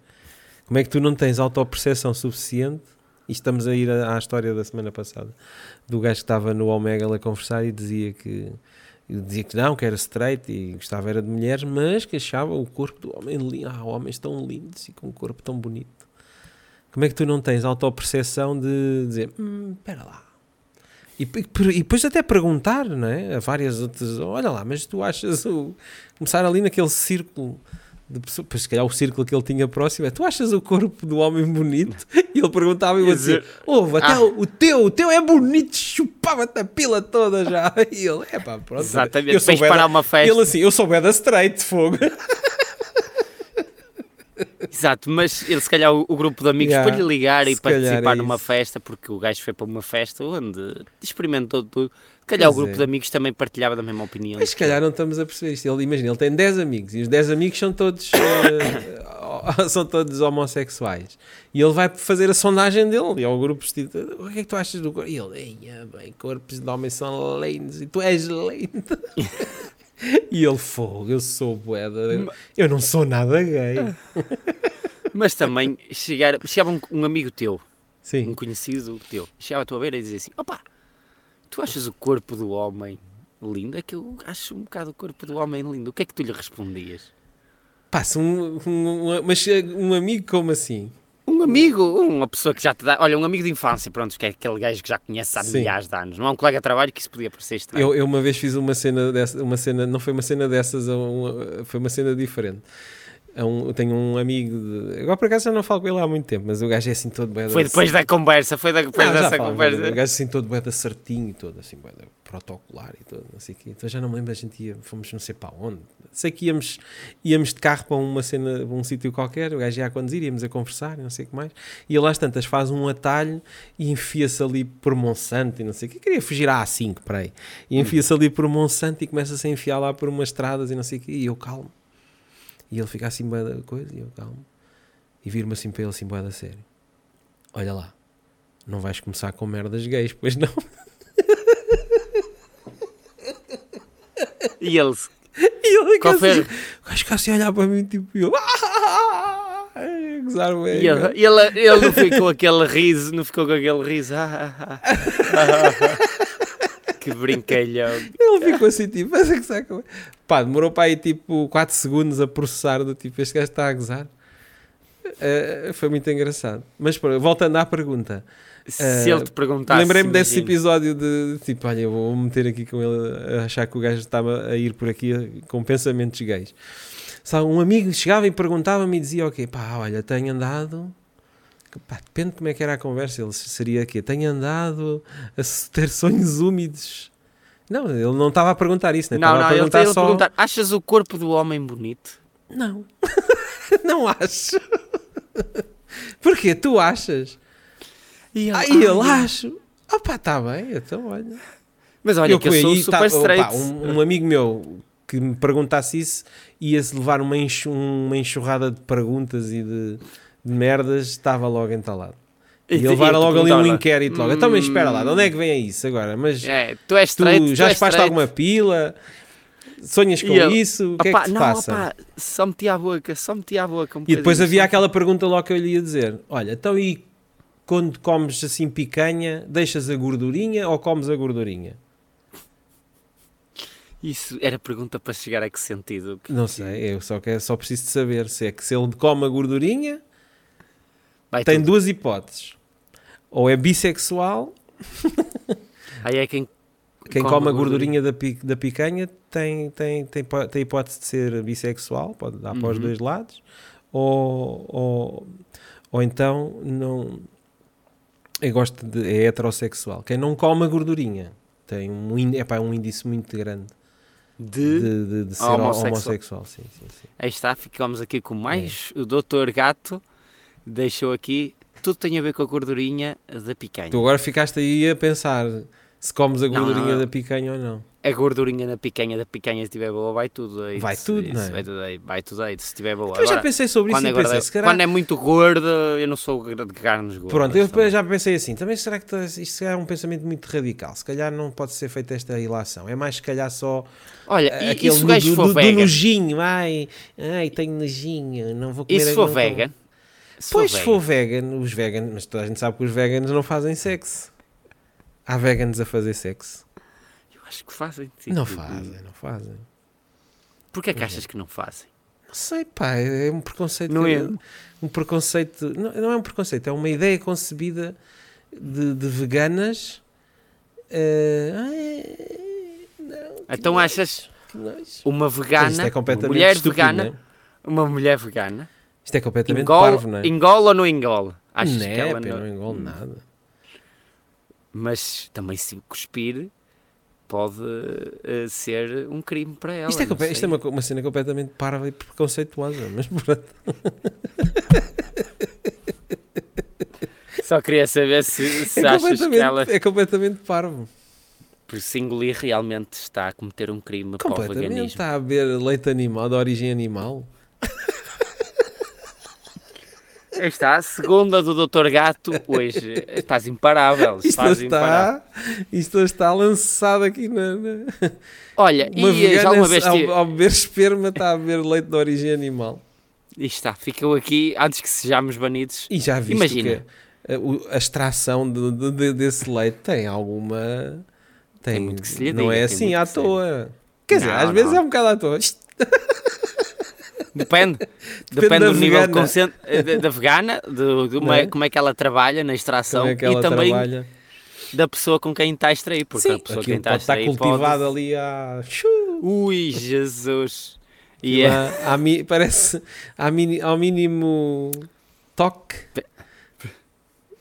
[SPEAKER 1] Como é que tu não tens autoperceção suficiente? E estamos a ir à, à história da semana passada do gajo que estava no Omega a conversar e dizia que. Dizia que não, que era straight e gostava era de mulheres, mas que achava o corpo do homem lindo. Ah, homens tão lindos e com um corpo tão bonito. Como é que tu não tens autoperceção de dizer, hum, espera lá. E, pe- per- e depois até perguntar, não é? A várias outras, olha lá, mas tu achas o... Começar ali naquele círculo de pessoas, pois se calhar o círculo que ele tinha próximo é, tu achas o corpo do homem bonito? E ele perguntava e eu
[SPEAKER 2] Quer
[SPEAKER 1] dizia,
[SPEAKER 2] dizer,
[SPEAKER 1] ouve, até
[SPEAKER 2] ah.
[SPEAKER 1] o, o teu, o teu é bonito, chupava-te a pila toda já. E ele, é pá, pronto.
[SPEAKER 2] Exatamente.
[SPEAKER 1] eu sou
[SPEAKER 2] Depois
[SPEAKER 1] bué da-
[SPEAKER 2] parar uma festa.
[SPEAKER 1] Ele assim, eu sou bué da straight, fogo.
[SPEAKER 2] Exato, mas ele se calhar o, o grupo de amigos
[SPEAKER 1] Yeah,
[SPEAKER 2] para lhe ligar e
[SPEAKER 1] se calhar
[SPEAKER 2] participar
[SPEAKER 1] é
[SPEAKER 2] numa
[SPEAKER 1] isso.
[SPEAKER 2] festa, porque o gajo foi para uma festa onde experimentou tudo. Se calhar o
[SPEAKER 1] Pois
[SPEAKER 2] grupo
[SPEAKER 1] é.
[SPEAKER 2] de amigos também partilhava da mesma opinião.
[SPEAKER 1] Mas se calhar não estamos a perceber isto. Ele, imagina, ele tem 10 amigos e os 10 amigos são todos, eh, são todos homossexuais. E ele vai fazer a sondagem dele e ao grupo vestido. O que é que tu achas do corpo? E ele, "Eia, bem, corpos de homens são lindos e tu és lindo. e ele, fogo, eu sou boeda. Eu não sou nada gay.
[SPEAKER 2] Ah. Mas também chegar, chegava um, um amigo teu, um
[SPEAKER 1] Sim.
[SPEAKER 2] conhecido teu, chegava à tua beira e dizia assim: opa, tu achas o corpo do homem lindo? É que eu acho um bocado o corpo do homem lindo. O que é que tu lhe respondias?
[SPEAKER 1] Passa um, um, um- mas eh, um amigo como assim?
[SPEAKER 2] Um amigo, uma pessoa que já te dá. Olha, um amigo de infância, pronto, que é aquele gajo que já conhece há
[SPEAKER 1] Sim.
[SPEAKER 2] milhares de anos. Não é um colega de trabalho que isso podia parecer estranho.
[SPEAKER 1] Eu, eu uma vez fiz uma cena dessa, uma cena, não foi uma cena dessas, a um- a- foi uma cena diferente. A um- eu tenho um amigo, de- agora por acaso já não falo com ele há muito tempo, mas o gajo é assim todo bem.
[SPEAKER 2] Foi depois da conversa, foi da-
[SPEAKER 1] Ah,
[SPEAKER 2] depois dessa
[SPEAKER 1] O
[SPEAKER 2] conversa.
[SPEAKER 1] gajo assim todo bué da certinho, todo assim, bué da protocolar e todo, não sei o quê. Então já não me lembro, a gente ia, fomos não sei para onde. Sei que íamos, íamos de carro para uma cena, para um sítio qualquer, o gajo ia a conduzir, íamos a conversar e não sei o que mais. E ele às tantas faz um atalho e enfia-se ali por Monsanto e não sei o quê. Queria fugir à A5, peraí. E enfia-se ali por Monsanto e começa-se a enfiar lá por umas estradas e não sei o quê. E eu calmo. E ele fica assim, bué da coisa, e eu calmo. E viro-me assim para ele, assim, bué da sério. Olha lá, não vais começar com merdas gays, pois não?
[SPEAKER 2] E eles,
[SPEAKER 1] E ele
[SPEAKER 2] Qual
[SPEAKER 1] fica
[SPEAKER 2] foi
[SPEAKER 1] assim, o gajo fica assim a olhar para mim, tipo, e eu... "Ah, a Gozar o
[SPEAKER 2] e ele, e ele, ele não ficou aquele riso, não ficou com aquele riso. Ah, ah, ah, ah. que brincalhão.
[SPEAKER 1] Ele ficou assim, tipo, mas é que saco. Pá, demorou para aí tipo 4 segundos a processar do tipo, este gajo está a gozar. Eh, foi muito engraçado. Mas pronto, voltando à pergunta,
[SPEAKER 2] Se
[SPEAKER 1] Eh,
[SPEAKER 2] ele te perguntasse.
[SPEAKER 1] lembrei-me desse
[SPEAKER 2] imagina.
[SPEAKER 1] episódio de tipo, olha, eu vou meter aqui com ele a achar que o gajo estava a ir por aqui com pensamentos gays. Sabe, um amigo chegava e perguntava-me e dizia, ok, pá, olha, tenho andado. Pá, depende de como é que era a conversa, ele seria aqui, tenho andado a s- ter sonhos úmidos. Não, ele não estava a perguntar isso, né?
[SPEAKER 2] Não,
[SPEAKER 1] estava
[SPEAKER 2] não,
[SPEAKER 1] a
[SPEAKER 2] ele
[SPEAKER 1] perguntar
[SPEAKER 2] ele
[SPEAKER 1] só.
[SPEAKER 2] perguntar: achas o corpo do homem bonito?
[SPEAKER 1] Não, não acho. Porquê? Tu achas?
[SPEAKER 2] E ele,
[SPEAKER 1] Ah, e ele
[SPEAKER 2] "Ah,
[SPEAKER 1] acho. Ah, pá, está bem, então olha.
[SPEAKER 2] Mas olha, que eu
[SPEAKER 1] fui
[SPEAKER 2] sou
[SPEAKER 1] aí,
[SPEAKER 2] super
[SPEAKER 1] tá-
[SPEAKER 2] straight.
[SPEAKER 1] opá, um, um amigo meu que me perguntasse isso ia-se levar uma, enxu- uma enxurrada de perguntas e de, de merdas, estava logo entalado. E
[SPEAKER 2] E-
[SPEAKER 1] ia levar
[SPEAKER 2] e
[SPEAKER 1] logo ali um
[SPEAKER 2] perguntava,
[SPEAKER 1] inquérito logo. Então, mas espera lá, de onde é que vem isso agora? Mas
[SPEAKER 2] É, tu és
[SPEAKER 1] tu
[SPEAKER 2] straight,
[SPEAKER 1] já
[SPEAKER 2] tu és
[SPEAKER 1] chupaste
[SPEAKER 2] straight.
[SPEAKER 1] alguma pila? Sonhas com
[SPEAKER 2] E ele,
[SPEAKER 1] isso? O que é
[SPEAKER 2] Opá,
[SPEAKER 1] que te
[SPEAKER 2] não,
[SPEAKER 1] passa?
[SPEAKER 2] opá, só meti à boca, só meti à boca. um
[SPEAKER 1] E depois
[SPEAKER 2] bocadinho,
[SPEAKER 1] havia
[SPEAKER 2] só-
[SPEAKER 1] aquela pergunta logo que eu lhe ia dizer: Olha, então e quando comes assim picanha, deixas a gordurinha ou comes a gordurinha?
[SPEAKER 2] Isso era pergunta para chegar a que sentido? Que-
[SPEAKER 1] Não sei, eu só, quero, só preciso de saber se é que se ele come a gordurinha,
[SPEAKER 2] Vai
[SPEAKER 1] tem
[SPEAKER 2] É tudo.
[SPEAKER 1] duas hipóteses: ou é bissexual,
[SPEAKER 2] Aí é quem
[SPEAKER 1] quem
[SPEAKER 2] Come
[SPEAKER 1] come a
[SPEAKER 2] a
[SPEAKER 1] gordurinha da, pi- da picanha tem, tem, tem, po- tem hipótese de ser bissexual, pode dar para os
[SPEAKER 2] Uhum.
[SPEAKER 1] dois lados, ou, ou, ou então não. Eu gosto de. é heterossexual. Quem não come a gordurinha tem um, ín- epá, é um índice muito grande de,
[SPEAKER 2] de...
[SPEAKER 1] de, de ser
[SPEAKER 2] Homossexual.
[SPEAKER 1] homossexual. Sim, sim, sim.
[SPEAKER 2] Aí está, ficamos aqui com mais.
[SPEAKER 1] É.
[SPEAKER 2] O Dr. Gato deixou aqui. Tudo tem a ver com a gordurinha da picanha.
[SPEAKER 1] Tu agora ficaste aí a pensar se comes a
[SPEAKER 2] Não,
[SPEAKER 1] gordurinha
[SPEAKER 2] não.
[SPEAKER 1] da picanha ou não.
[SPEAKER 2] A gordurinha da picanha, da picanha, se estiver boa, vai tudo. Aí,
[SPEAKER 1] Vai
[SPEAKER 2] se-
[SPEAKER 1] tudo,
[SPEAKER 2] isso,
[SPEAKER 1] não é?
[SPEAKER 2] Vai tudo aí, vai tudo aí, se estiver boa.
[SPEAKER 1] eu já
[SPEAKER 2] Agora,
[SPEAKER 1] pensei sobre isso
[SPEAKER 2] quando,
[SPEAKER 1] e
[SPEAKER 2] é
[SPEAKER 1] pensei,
[SPEAKER 2] gorda-
[SPEAKER 1] se calhar
[SPEAKER 2] quando é muito gorda, eu não sou gr- de carnes gordas.
[SPEAKER 1] Pronto, eu
[SPEAKER 2] também.
[SPEAKER 1] depois já pensei assim, também será que tá- isto se calhar é um pensamento muito radical? Se calhar não pode ser feita esta ilação, é mais se calhar só
[SPEAKER 2] então. Olha,
[SPEAKER 1] eh,
[SPEAKER 2] e, e
[SPEAKER 1] aquele
[SPEAKER 2] se o
[SPEAKER 1] do,
[SPEAKER 2] gajo
[SPEAKER 1] do,
[SPEAKER 2] for
[SPEAKER 1] do, do
[SPEAKER 2] vegan?
[SPEAKER 1] nojinho, ai, ai, tenho nojinho, não vou comer.
[SPEAKER 2] E se
[SPEAKER 1] não
[SPEAKER 2] for
[SPEAKER 1] como.
[SPEAKER 2] vegan? Se
[SPEAKER 1] Pois se
[SPEAKER 2] vegan?
[SPEAKER 1] for vegan, os veganos, mas toda a gente sabe que os veganos não fazem sexo. Há veganos a fazer sexo?
[SPEAKER 2] Eu acho que fazem. sim.
[SPEAKER 1] Não fazem, não fazem.
[SPEAKER 2] Porquê é que achas que não fazem?
[SPEAKER 1] Não sei, pá, é um preconceito.
[SPEAKER 2] Não é?
[SPEAKER 1] Um preconceito. Não, não é um preconceito, é uma ideia concebida de, de veganas. eh, ai, não, que
[SPEAKER 2] Então achas
[SPEAKER 1] Que nojo.
[SPEAKER 2] uma
[SPEAKER 1] Mas Isto
[SPEAKER 2] vegana,
[SPEAKER 1] é completamente
[SPEAKER 2] uma mulher
[SPEAKER 1] estúpido,
[SPEAKER 2] vegana,
[SPEAKER 1] não é?
[SPEAKER 2] uma mulher vegana,
[SPEAKER 1] Isto é completamente
[SPEAKER 2] engola,
[SPEAKER 1] parvo, não é?
[SPEAKER 2] engola ou não engola? Achas
[SPEAKER 1] não, é,
[SPEAKER 2] que
[SPEAKER 1] pá,
[SPEAKER 2] ela não...
[SPEAKER 1] não engolo nada.
[SPEAKER 2] Mas também se cuspir pode eh, ser um crime para ela.
[SPEAKER 1] isto é,
[SPEAKER 2] não
[SPEAKER 1] compe- isto é
[SPEAKER 2] sei.
[SPEAKER 1] uma, co- uma cena completamente parva e preconceituosa, mas pronto.
[SPEAKER 2] Só queria saber se, se
[SPEAKER 1] É
[SPEAKER 2] achas que
[SPEAKER 1] completamente,
[SPEAKER 2] ela,
[SPEAKER 1] é completamente parvo.
[SPEAKER 2] por se engolir, realmente está a cometer um crime para o
[SPEAKER 1] Completamente.
[SPEAKER 2] veganismo.
[SPEAKER 1] Está a beber leite animal, de origem animal.
[SPEAKER 2] Aí está, a segunda do Dr. Gato, hoje estás imparável.
[SPEAKER 1] Isto
[SPEAKER 2] estás imparável.
[SPEAKER 1] está, isto está lançado aqui na. na-
[SPEAKER 2] Olha,
[SPEAKER 1] Uma
[SPEAKER 2] e eh,
[SPEAKER 1] vegana é
[SPEAKER 2] já
[SPEAKER 1] um
[SPEAKER 2] uma vez.
[SPEAKER 1] ao,
[SPEAKER 2] tive-
[SPEAKER 1] ao beber esperma está a beber leite de origem animal.
[SPEAKER 2] E está, ficou aqui antes que sejamos banidos.
[SPEAKER 1] E já viste
[SPEAKER 2] Imagina.
[SPEAKER 1] que a, o- a extração de- de- de- desse leite tem alguma... Tem,
[SPEAKER 2] muito que se lhe
[SPEAKER 1] Não
[SPEAKER 2] diga,
[SPEAKER 1] é
[SPEAKER 2] tem
[SPEAKER 1] assim
[SPEAKER 2] muito
[SPEAKER 1] à
[SPEAKER 2] que se lhe-
[SPEAKER 1] toa. Quer dizer,
[SPEAKER 2] Não,
[SPEAKER 1] às vezes
[SPEAKER 2] não.
[SPEAKER 1] é um bocado à toa. Isto-
[SPEAKER 2] Depende, depende,
[SPEAKER 1] Depende
[SPEAKER 2] do
[SPEAKER 1] da
[SPEAKER 2] nível de
[SPEAKER 1] vegana.
[SPEAKER 2] consciência eh, da, da vegana, do, do
[SPEAKER 1] Não é?
[SPEAKER 2] ma- como é que ela trabalha na extração
[SPEAKER 1] Como é que ela
[SPEAKER 2] Então, e também
[SPEAKER 1] trabalha?
[SPEAKER 2] da pessoa com quem está a extrair, porque a pessoa com quem
[SPEAKER 1] Aquilo
[SPEAKER 2] está a
[SPEAKER 1] pode estar
[SPEAKER 2] extrair
[SPEAKER 1] cultivado ali à... Xiu,
[SPEAKER 2] pode- Ui, Jesus! E é,
[SPEAKER 1] lá, à mi- Parece à mini- ao mínimo toque.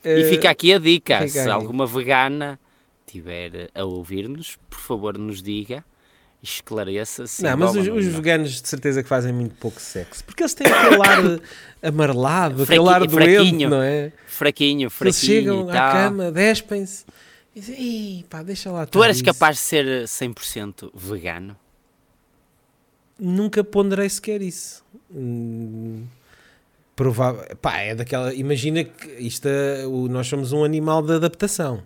[SPEAKER 2] e fica aqui a dica,
[SPEAKER 1] fica
[SPEAKER 2] se
[SPEAKER 1] aqui.
[SPEAKER 2] alguma vegana tiver a ouvir-nos, por favor nos diga, esclareça-se.
[SPEAKER 1] Não, mas os,
[SPEAKER 2] engola,
[SPEAKER 1] os
[SPEAKER 2] não.
[SPEAKER 1] veganos de certeza que fazem muito pouco sexo. Porque eles têm aquele ar amarelado, aquele
[SPEAKER 2] Fraqui-
[SPEAKER 1] ar doente,
[SPEAKER 2] fraquinho,
[SPEAKER 1] não é?
[SPEAKER 2] Fraquinho,
[SPEAKER 1] Eles
[SPEAKER 2] fraquinho
[SPEAKER 1] chegam
[SPEAKER 2] e
[SPEAKER 1] à
[SPEAKER 2] tal.
[SPEAKER 1] cama, despem-se e dizem, "Ih, pá, deixa lá.
[SPEAKER 2] Tu
[SPEAKER 1] estar
[SPEAKER 2] eras
[SPEAKER 1] isso."
[SPEAKER 2] capaz de ser eh, 100% vegano?
[SPEAKER 1] Nunca ponderei sequer isso. Hum, provável. Pá, é daquela. Imagina que isto, é- o- nós somos um animal de adaptação.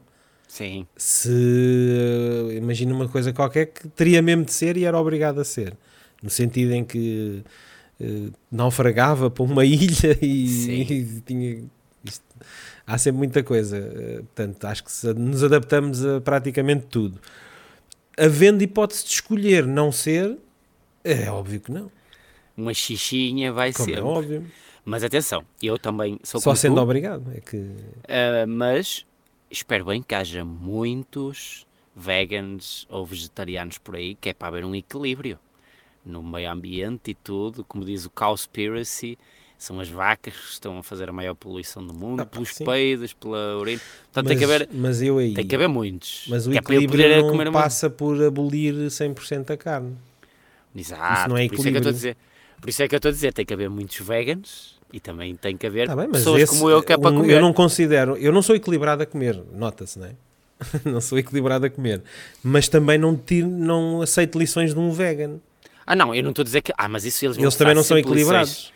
[SPEAKER 2] Sim.
[SPEAKER 1] se eh, imagina uma coisa qualquer que teria mesmo de ser e era obrigado a ser, no sentido em que eh, naufragava para uma ilha
[SPEAKER 2] Sim.
[SPEAKER 1] e, e tinha isto. há sempre muita coisa, eh, portanto acho que se- nos adaptamos a praticamente tudo. Havendo hipótese de escolher não ser, é óbvio que não,
[SPEAKER 2] Uma xixinha vai
[SPEAKER 1] como
[SPEAKER 2] ser.
[SPEAKER 1] é óbvio,
[SPEAKER 2] Mas atenção, eu também sou
[SPEAKER 1] só
[SPEAKER 2] como
[SPEAKER 1] sendo
[SPEAKER 2] tu,
[SPEAKER 1] obrigado, é que
[SPEAKER 2] ah, mas espero bem que haja muitos vegans ou vegetarianos por aí, que é para haver um equilíbrio no meio ambiente e tudo, como diz o Cowspiracy, são as vacas que estão a fazer a maior poluição do mundo,
[SPEAKER 1] Ah, pá,
[SPEAKER 2] pelos
[SPEAKER 1] sim.
[SPEAKER 2] peidos, pela urina. Portanto,
[SPEAKER 1] mas,
[SPEAKER 2] tem que haver,
[SPEAKER 1] mas eu aí
[SPEAKER 2] tem que haver muitos.
[SPEAKER 1] mas o
[SPEAKER 2] que é para eu
[SPEAKER 1] equilíbrio
[SPEAKER 2] poder comer
[SPEAKER 1] não
[SPEAKER 2] uma-
[SPEAKER 1] passa por abolir 100% a carne.
[SPEAKER 2] Exato,
[SPEAKER 1] Isso não é
[SPEAKER 2] por isso é que eu estou
[SPEAKER 1] equilíbrio.
[SPEAKER 2] a dizer. Por isso é que eu estou a dizer, tem que haver muitos vegans e também tem que haver
[SPEAKER 1] Tá bem, mas
[SPEAKER 2] pessoas
[SPEAKER 1] esse-
[SPEAKER 2] como eu que é para
[SPEAKER 1] um-
[SPEAKER 2] comer.
[SPEAKER 1] Eu não considero, eu não sou equilibrado a comer, nota-se, não é? não sou equilibrado a comer, mas também não, tiro, não aceito lições de um vegan.
[SPEAKER 2] Ah, não, eu não estou a dizer que. Ah, mas isso eles vão
[SPEAKER 1] Eles também
[SPEAKER 2] votar
[SPEAKER 1] não são
[SPEAKER 2] sempre
[SPEAKER 1] equilibrados.
[SPEAKER 2] liceis.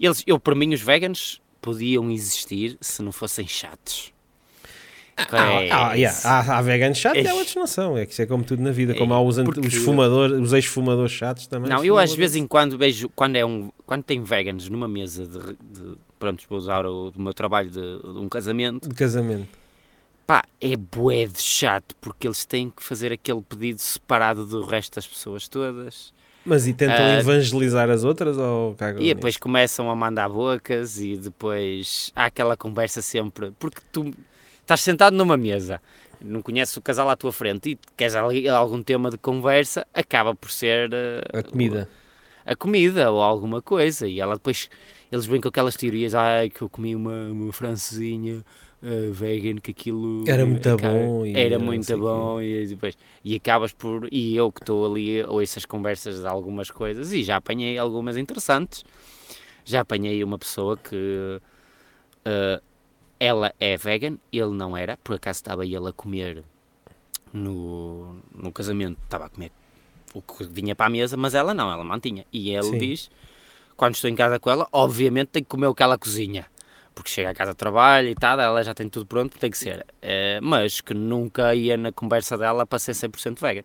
[SPEAKER 2] Eles, eu, para mim, os vegans podiam existir se não fossem chatos. é
[SPEAKER 1] Ah, ah, yeah.
[SPEAKER 2] Crazy.
[SPEAKER 1] há, há veganos chatos e há
[SPEAKER 2] Ei.
[SPEAKER 1] outros não são. É que isso é como tudo na vida. Como
[SPEAKER 2] Ei,
[SPEAKER 1] há os, ant-
[SPEAKER 2] porque-
[SPEAKER 1] os fumadores, os ex-fumadores chatos também.
[SPEAKER 2] Não, eu às
[SPEAKER 1] fumadores.
[SPEAKER 2] vezes em quando vejo, quando, é um, quando tem veganos numa mesa de, de pronto, vou usar o, do meu trabalho de, de um casamento,
[SPEAKER 1] De casamento.
[SPEAKER 2] pá, é bué de chato, porque eles têm que fazer aquele pedido separado do resto das pessoas todas,
[SPEAKER 1] Mas e tentam
[SPEAKER 2] Ah.
[SPEAKER 1] evangelizar as outras ou cagam
[SPEAKER 2] e
[SPEAKER 1] nisso?
[SPEAKER 2] depois começam a mandar bocas, e depois há aquela conversa sempre, porque tu estás sentado numa mesa, não conheces o casal à tua frente, e queres ali algum tema de conversa, acaba por ser... eh,
[SPEAKER 1] A comida.
[SPEAKER 2] a comida ou alguma coisa. E ela depois, eles vêm com aquelas teorias, ai que eu comi uma, uma francesinha eh, vegan, que aquilo...
[SPEAKER 1] Era
[SPEAKER 2] eh,
[SPEAKER 1] muito
[SPEAKER 2] ca-
[SPEAKER 1] bom e não
[SPEAKER 2] Era
[SPEAKER 1] sei
[SPEAKER 2] muito
[SPEAKER 1] quê.
[SPEAKER 2] bom e depois... E acabas por... E eu que estou ali, ou essas conversas de algumas coisas, e já apanhei algumas interessantes. Já apanhei uma pessoa que... eh, ela é vegan, ele não era, por acaso estava ele a comer no, no casamento, estava a comer o que vinha para a mesa, mas ela não, ela mantinha. E ele
[SPEAKER 1] Sim.
[SPEAKER 2] diz: quando estou em casa com ela, obviamente tenho que comer o que ela cozinha, porque chega a casa de trabalho e tal, ela já tem tudo pronto, tem que ser. Eh, mas que nunca ia na conversa dela para ser 100% vegan.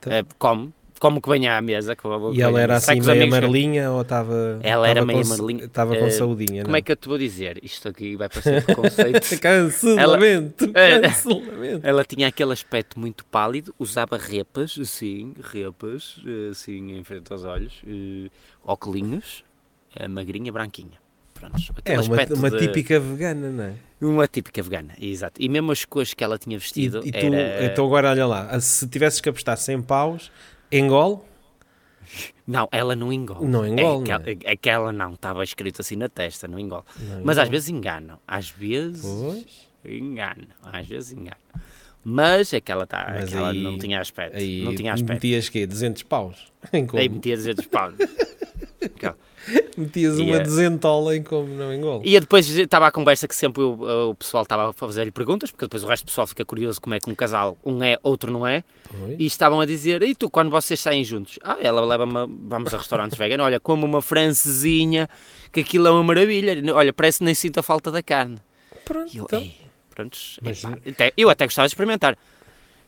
[SPEAKER 1] tá.
[SPEAKER 2] Eh, come, come o que venha à mesa. come o que
[SPEAKER 1] E ela
[SPEAKER 2] venha.
[SPEAKER 1] era
[SPEAKER 2] Sai
[SPEAKER 1] assim
[SPEAKER 2] com os
[SPEAKER 1] meio
[SPEAKER 2] amigos,
[SPEAKER 1] amarelinha ou estava.
[SPEAKER 2] Ela era
[SPEAKER 1] estava
[SPEAKER 2] meio
[SPEAKER 1] com-
[SPEAKER 2] amarelinha.
[SPEAKER 1] Estava com
[SPEAKER 2] Eh,
[SPEAKER 1] saudinha.
[SPEAKER 2] Como é que eu te vou dizer? Isto aqui vai parecer preconceito.
[SPEAKER 1] Cancelamento,
[SPEAKER 2] Ela- É.
[SPEAKER 1] cancelamento.
[SPEAKER 2] Ela tinha aquele aspecto muito pálido, usava repas, assim, repas, eh, assim, em frente aos olhos, eh, óculinhos, eh, magrinha, branquinha. Prontos, aquele
[SPEAKER 1] É uma,
[SPEAKER 2] aspecto
[SPEAKER 1] uma
[SPEAKER 2] de-
[SPEAKER 1] típica vegana, não é?
[SPEAKER 2] Uma típica vegana, exato. E mesmo as cores que ela tinha
[SPEAKER 1] E,
[SPEAKER 2] vestido
[SPEAKER 1] e tu,
[SPEAKER 2] era...
[SPEAKER 1] então agora olha lá, se tivesses que apostar 100 paus, engole,
[SPEAKER 2] Não, ela não engole.
[SPEAKER 1] Não engole,
[SPEAKER 2] É, aquela, aquela não, estava escrito assim na testa, não engole.
[SPEAKER 1] Não
[SPEAKER 2] Mas às vezes enganam, às vezes
[SPEAKER 1] Pois.
[SPEAKER 2] enganam, às vezes enganam. Mas aquela, tá,
[SPEAKER 1] Mas
[SPEAKER 2] aquela
[SPEAKER 1] aí-
[SPEAKER 2] não tinha aspecto,
[SPEAKER 1] aí
[SPEAKER 2] não tinha aspecto.
[SPEAKER 1] metias quê? 200 paus? Em como?
[SPEAKER 2] Daí metia 200 paus. Aquela-
[SPEAKER 1] metias uma
[SPEAKER 2] Yeah.
[SPEAKER 1] duzentola em como não engole.
[SPEAKER 2] E eu depois estava a conversa que sempre eh, o, o pessoal estava a fazer-lhe perguntas, porque depois o resto do pessoal fica curioso como é que um casal, um é, outro não é,
[SPEAKER 1] Pois.
[SPEAKER 2] e estavam a dizer, e tu, quando vocês saem juntos? Ah, ela leva-me, a- vamos a restaurantes vegan, olha, como uma francesinha, que aquilo é uma maravilha, olha, parece que nem sinto a falta da carne.
[SPEAKER 1] Pronto,
[SPEAKER 2] E eu,
[SPEAKER 1] então.
[SPEAKER 2] "Ei, prontos,
[SPEAKER 1] Mas-
[SPEAKER 2] epá, até- eu até gostava de experimentar.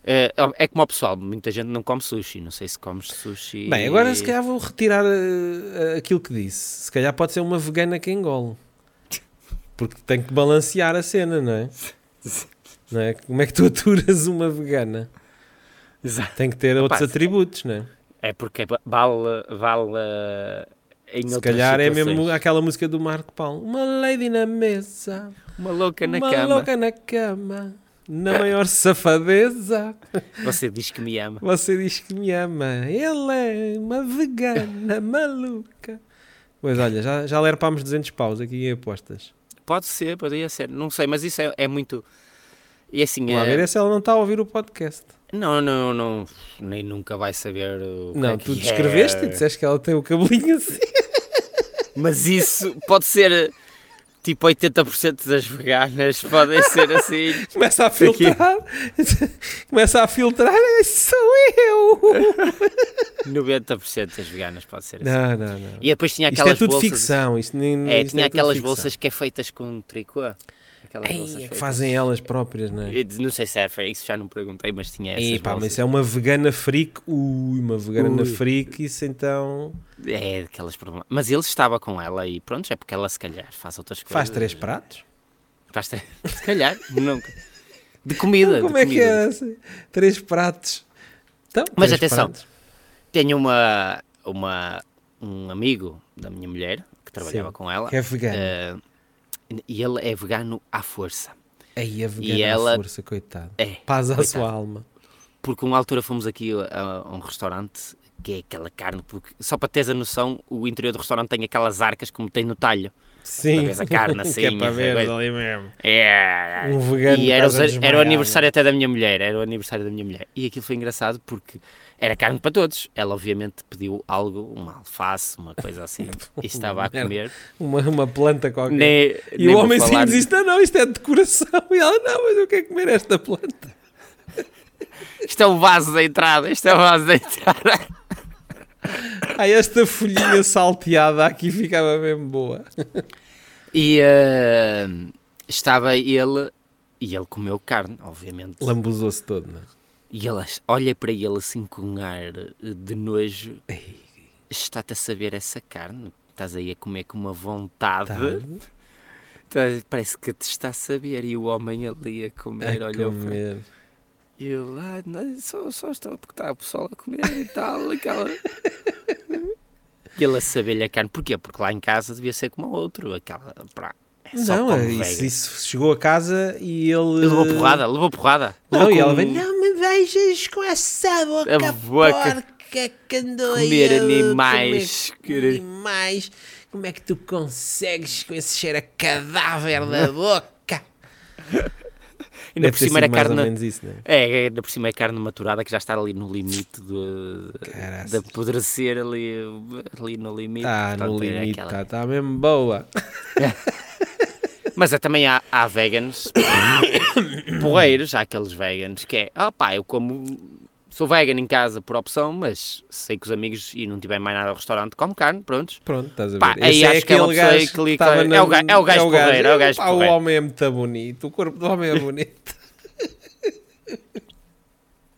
[SPEAKER 2] Eh, é como o pessoal, muita gente não come sushi, não sei se comes sushi...
[SPEAKER 1] Bem, agora se calhar vou retirar eh, aquilo que disse. Se calhar pode ser uma vegana que engole. Porque tem que balancear a cena, não é? Não é? Como é que tu aturas uma vegana?
[SPEAKER 2] Exato.
[SPEAKER 1] Tem que ter outros
[SPEAKER 2] se-
[SPEAKER 1] atributos, não é?
[SPEAKER 2] É porque ba- vale, vale em
[SPEAKER 1] Se
[SPEAKER 2] outras
[SPEAKER 1] calhar é
[SPEAKER 2] situações.
[SPEAKER 1] mesmo aquela música do Marco Paulo. Uma lady na mesa,
[SPEAKER 2] uma louca na
[SPEAKER 1] uma
[SPEAKER 2] cama.
[SPEAKER 1] louca na cama, na maior safadeza.
[SPEAKER 2] Você diz que me ama.
[SPEAKER 1] Você diz que me ama. Ele é uma vegana maluca. Pois olha, já, já lerpámos 200 paus aqui em apostas.
[SPEAKER 2] Pode ser, poderia ser. Não sei, mas isso é, é muito. E assim,
[SPEAKER 1] Vamos lá
[SPEAKER 2] é-
[SPEAKER 1] ver é se ela não está a ouvir o podcast.
[SPEAKER 2] não, não, não, nem nunca vai saber o que
[SPEAKER 1] não,
[SPEAKER 2] é que
[SPEAKER 1] tu
[SPEAKER 2] é.
[SPEAKER 1] descreveste e disseste que ela tem o cabelinho assim.
[SPEAKER 2] Mas isso pode ser eh, tipo 80% das veganas podem ser assim.
[SPEAKER 1] Começa a filtrar. Começa a filtrar. "Ai, Sou eu.
[SPEAKER 2] 90% das veganas pode ser assim.
[SPEAKER 1] Não, não, não.
[SPEAKER 2] E depois tinha
[SPEAKER 1] Isto
[SPEAKER 2] aquelas
[SPEAKER 1] é tudo
[SPEAKER 2] bolsas.
[SPEAKER 1] ficção. Isto nem,
[SPEAKER 2] É,
[SPEAKER 1] isto
[SPEAKER 2] tinha
[SPEAKER 1] é tudo
[SPEAKER 2] aquelas
[SPEAKER 1] ficção.
[SPEAKER 2] bolsas que é feitas com tricô. Aquelas
[SPEAKER 1] Ei,
[SPEAKER 2] bolsas
[SPEAKER 1] é que
[SPEAKER 2] feitas.
[SPEAKER 1] fazem elas próprias, não é?
[SPEAKER 2] Eu Não sei se é, foi isso já não perguntei, mas tinha essas
[SPEAKER 1] Ei, pá, mas
[SPEAKER 2] bolsas.
[SPEAKER 1] isso é uma vegana freak. Ui, uma vegana
[SPEAKER 2] Ui.
[SPEAKER 1] freak. Isso então
[SPEAKER 2] É daquelas problemas. Mas ele estava com ela e pronto, é porque ela se calhar faz outras coisas.
[SPEAKER 1] faz três pratos.
[SPEAKER 2] Faz três. Se calhar, nunca. De comida.
[SPEAKER 1] Como
[SPEAKER 2] de
[SPEAKER 1] é que
[SPEAKER 2] comida.
[SPEAKER 1] é? assim? Três pratos. Então,
[SPEAKER 2] Mas
[SPEAKER 1] três
[SPEAKER 2] atenção.
[SPEAKER 1] pratos.
[SPEAKER 2] Tenho uma, uma, um amigo da minha mulher que trabalhava
[SPEAKER 1] Sim,
[SPEAKER 2] com ela.
[SPEAKER 1] que é vegano.
[SPEAKER 2] eh, e ele é vegano à força.
[SPEAKER 1] Aí a vegana
[SPEAKER 2] E ela-
[SPEAKER 1] à força, coitado.
[SPEAKER 2] É,
[SPEAKER 1] Paz à
[SPEAKER 2] coitado.
[SPEAKER 1] sua alma.
[SPEAKER 2] Porque uma altura fomos aqui a, a um restaurante que é aquela carne, porque só para teres a noção, o interior do restaurante tem aquelas arcas como tem no talho.
[SPEAKER 1] Sim.
[SPEAKER 2] vez a carne assim,
[SPEAKER 1] que é para
[SPEAKER 2] essa
[SPEAKER 1] ver
[SPEAKER 2] coisa.
[SPEAKER 1] ali mesmo.
[SPEAKER 2] É.
[SPEAKER 1] Um vegano
[SPEAKER 2] E era,
[SPEAKER 1] quase a
[SPEAKER 2] os- era o
[SPEAKER 1] desmaiar,
[SPEAKER 2] aniversário até da minha mulher, era o aniversário da minha mulher. E aquilo foi engraçado porque era carne para todos. Ela obviamente pediu algo, uma alface, uma coisa assim, e estava a comer.
[SPEAKER 1] Uma, uma planta qualquer.
[SPEAKER 2] Nem,
[SPEAKER 1] e
[SPEAKER 2] nem
[SPEAKER 1] o
[SPEAKER 2] vou
[SPEAKER 1] homem sim
[SPEAKER 2] falar-
[SPEAKER 1] diz: não, não, isto é de decoração. E ela: não, mas eu quero comer esta planta.
[SPEAKER 2] um Isto é o vaso da um entrada, isto é o vaso da entrada.
[SPEAKER 1] Ah, esta folhinha salteada aqui ficava mesmo boa.
[SPEAKER 2] E eh, estava ele, e ele comeu carne, obviamente.
[SPEAKER 1] Lambuzou-se todo, não é?
[SPEAKER 2] E ele ach- olha para ele assim com um ar eh, de nojo.
[SPEAKER 1] Ei.
[SPEAKER 2] Está-te a saber essa carne? Estás aí a comer com uma vontade.
[SPEAKER 1] Tá.
[SPEAKER 2] Tá- Parece que te está a saber. E o homem ali a comer,
[SPEAKER 1] A
[SPEAKER 2] olhou para
[SPEAKER 1] comer.
[SPEAKER 2] E eu lá, não, só, só estava porque estava o pessoal a comer e tal, aquela. E ele a saber-lhe a carne, porquê? Porque lá em casa devia ser como o outro, aquela. Pra, é só
[SPEAKER 1] Não,
[SPEAKER 2] como
[SPEAKER 1] é isso,
[SPEAKER 2] velho.
[SPEAKER 1] isso chegou a casa e ele. eh,
[SPEAKER 2] Ele levou porrada, levou porrada.
[SPEAKER 1] Não,
[SPEAKER 2] Levou
[SPEAKER 1] e
[SPEAKER 2] com
[SPEAKER 1] ela vem. Não me vejas com essa boca,
[SPEAKER 2] A boca.
[SPEAKER 1] porca que andou aí
[SPEAKER 2] Comer
[SPEAKER 1] a
[SPEAKER 2] animais,
[SPEAKER 1] Comer
[SPEAKER 2] querer-
[SPEAKER 1] animais. Como é que tu consegues com esse cheiro a cadáver na boca?
[SPEAKER 2] Ainda por cima era carne.
[SPEAKER 1] isso, né?
[SPEAKER 2] É, ainda por cima é carne maturada que já está ali no limite de,
[SPEAKER 1] Caraças.
[SPEAKER 2] de apodrecer ali, ali no limite.
[SPEAKER 1] Está tá no
[SPEAKER 2] portanto, era
[SPEAKER 1] limite,
[SPEAKER 2] tá, aquela-
[SPEAKER 1] está mesmo boa.
[SPEAKER 2] Mas é, também há, há vegans porreiros, há aqueles vegans que é, ah pá, eu como, sou vegan em casa por opção, mas sei que os amigos e não tiver mais nada ao restaurante, como carne, prontos.
[SPEAKER 1] Pronto, estás a ver.
[SPEAKER 2] Pá, aí acho que é uma pessoa aí que liga-
[SPEAKER 1] estava
[SPEAKER 2] é o ga- é o gajo porreiro, é o gajo
[SPEAKER 1] Pá, o
[SPEAKER 2] porreiro.
[SPEAKER 1] homem é muito bonito, o corpo do homem é bonito.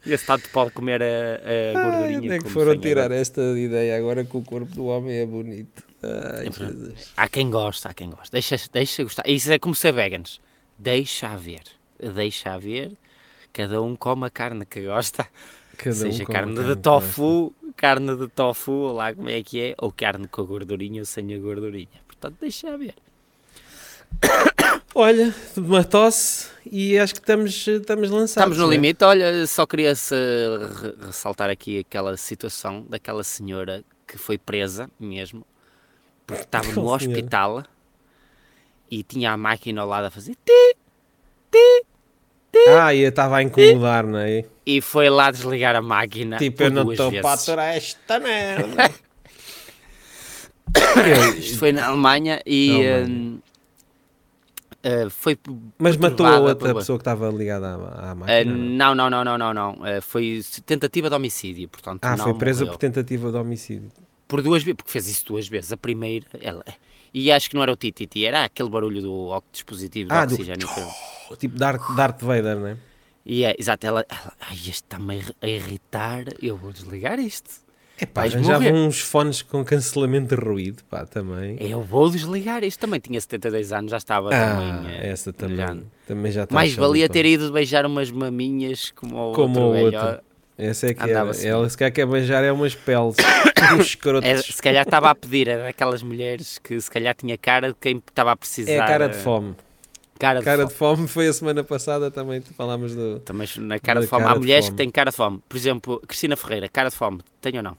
[SPEAKER 2] E esse tanto pode comer a, a
[SPEAKER 1] Ai,
[SPEAKER 2] gordurinha.
[SPEAKER 1] onde é que
[SPEAKER 2] como
[SPEAKER 1] foram
[SPEAKER 2] sem
[SPEAKER 1] tirar
[SPEAKER 2] agora.
[SPEAKER 1] esta ideia agora que o corpo do homem é bonito? Ai,
[SPEAKER 2] Então,
[SPEAKER 1] Jesus.
[SPEAKER 2] Há quem gosta, há quem gosta. Deixa, deixa gostar. Isso é como ser vegans. Deixa haver. Deixa haver. Cada um come a carne que gosta.
[SPEAKER 1] Cada um
[SPEAKER 2] seja
[SPEAKER 1] com uma
[SPEAKER 2] carne de
[SPEAKER 1] que
[SPEAKER 2] tofu, carne de tofu, ou lá como é que é, ou carne com a gordurinha ou sem a gordurinha. Portanto, deixa a ver.
[SPEAKER 1] gosta. Olha, de uma tosse e acho que estamos, estamos lançados.
[SPEAKER 2] Estamos no
[SPEAKER 1] né?
[SPEAKER 2] limite. Olha, só queria se, re- ressaltar aqui aquela situação daquela senhora que foi presa mesmo, porque estava no
[SPEAKER 1] Qual senhora?
[SPEAKER 2] hospital e tinha a máquina ao lado a fazer
[SPEAKER 1] Ah, e eu estava a incomodar, não é?
[SPEAKER 2] e foi lá desligar a máquina.
[SPEAKER 1] Tipo, eu
[SPEAKER 2] por
[SPEAKER 1] não
[SPEAKER 2] Ah, duas
[SPEAKER 1] estou
[SPEAKER 2] vezes.
[SPEAKER 1] para aturar esta merda. Eu-
[SPEAKER 2] Isto foi na Alemanha e.
[SPEAKER 1] Na Alemanha.
[SPEAKER 2] hum, ah, foi
[SPEAKER 1] Mas matou a
[SPEAKER 2] perturbada
[SPEAKER 1] outra
[SPEAKER 2] pela-
[SPEAKER 1] pessoa que estava ligada à, à
[SPEAKER 2] Ah,
[SPEAKER 1] máquina. não? é?
[SPEAKER 2] não, não, não, não, não, não. Ah, foi se- tentativa de homicídio, portanto.
[SPEAKER 1] Ah,
[SPEAKER 2] não
[SPEAKER 1] foi presa
[SPEAKER 2] morreu.
[SPEAKER 1] por tentativa de homicídio.
[SPEAKER 2] Por duas vezes, porque fez isso duas vezes. A primeira, ela. E acho que não era o Tititi, era aquele barulho do ó- dispositivo de
[SPEAKER 1] Ah, do-
[SPEAKER 2] oxigênio. que-
[SPEAKER 1] Tipo Darth, Darth Vader, não é?
[SPEAKER 2] E é, exato, ela. ela Ai, este está-me a ir- a irritar, eu vou desligar isto.
[SPEAKER 1] Epá,
[SPEAKER 2] Vais
[SPEAKER 1] arranjavam
[SPEAKER 2] morrer.
[SPEAKER 1] uns fones com cancelamento de ruído, pá, também.
[SPEAKER 2] Eu vou desligar isto. Também tinha 72 anos, já estava
[SPEAKER 1] Ah,
[SPEAKER 2] também. eh,
[SPEAKER 1] essa também.
[SPEAKER 2] já-
[SPEAKER 1] Também já tá está
[SPEAKER 2] Mais
[SPEAKER 1] chalupa.
[SPEAKER 2] valia ter ido beijar umas maminhas como o
[SPEAKER 1] então. Como
[SPEAKER 2] outro.
[SPEAKER 1] o
[SPEAKER 2] velho.
[SPEAKER 1] outro. Essa é que era.
[SPEAKER 2] Andava assim.
[SPEAKER 1] Ela se calhar quer beijar é umas peles, uns escrotos.
[SPEAKER 2] É, se calhar estava a pedir, era daquelas mulheres que se calhar tinha cara de quem estava a precisar.
[SPEAKER 1] É a cara de
[SPEAKER 2] eh,
[SPEAKER 1] fome.
[SPEAKER 2] Cara
[SPEAKER 1] A
[SPEAKER 2] de
[SPEAKER 1] cara
[SPEAKER 2] fome.
[SPEAKER 1] de fome foi a semana passada também, te falámos do...
[SPEAKER 2] Também Então, na cara
[SPEAKER 1] Da
[SPEAKER 2] de fome.
[SPEAKER 1] cara
[SPEAKER 2] Há
[SPEAKER 1] de
[SPEAKER 2] mulheres
[SPEAKER 1] fome.
[SPEAKER 2] que têm cara de fome. Por exemplo, Cristina Ferreira, cara de fome, tem ou não?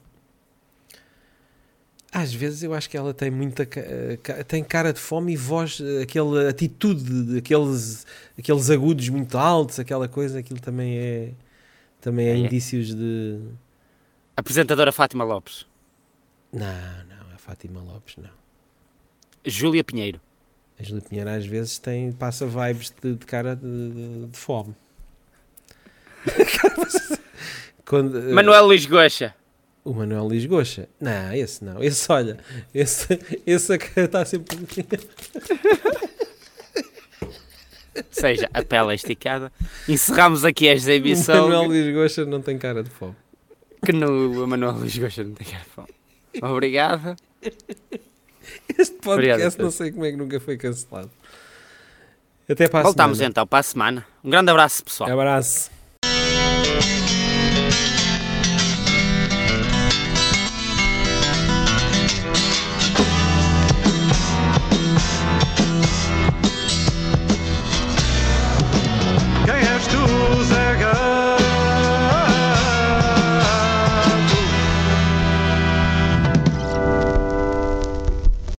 [SPEAKER 1] Às vezes eu acho que ela tem muita... ca- eh, ca- Tem cara de fome e voz, eh, aquela atitude, de- aqueles, aqueles agudos muito altos, aquela coisa, aquilo também é... Também é,
[SPEAKER 2] É.
[SPEAKER 1] indícios de...
[SPEAKER 2] Apresentadora Fátima Lopes,
[SPEAKER 1] Não, não, a Fátima Lopes, não.
[SPEAKER 2] Júlia Pinheiro,
[SPEAKER 1] A Júlia Pinheiro às vezes tem, passa vibes de, de cara de, de- de fome. Quando, eh,
[SPEAKER 2] Manuel Luís Goxa.
[SPEAKER 1] O Manuel Lisgocha. Não, esse não. Esse, olha, esse, esse está sempre.
[SPEAKER 2] Ou seja, a pele é esticada. Encerramos aqui esta
[SPEAKER 1] O
[SPEAKER 2] emissão.
[SPEAKER 1] Manuel Lisgocha não tem cara de fome.
[SPEAKER 2] Que no, o Manuel Luís Goxa não tem cara de fome. Obrigado.
[SPEAKER 1] Este podcast
[SPEAKER 2] Obrigado.
[SPEAKER 1] não sei como é que nunca foi cancelado. Até para a
[SPEAKER 2] Voltamos
[SPEAKER 1] semana.
[SPEAKER 2] então para a semana. Um grande abraço, pessoal.
[SPEAKER 1] Abraço.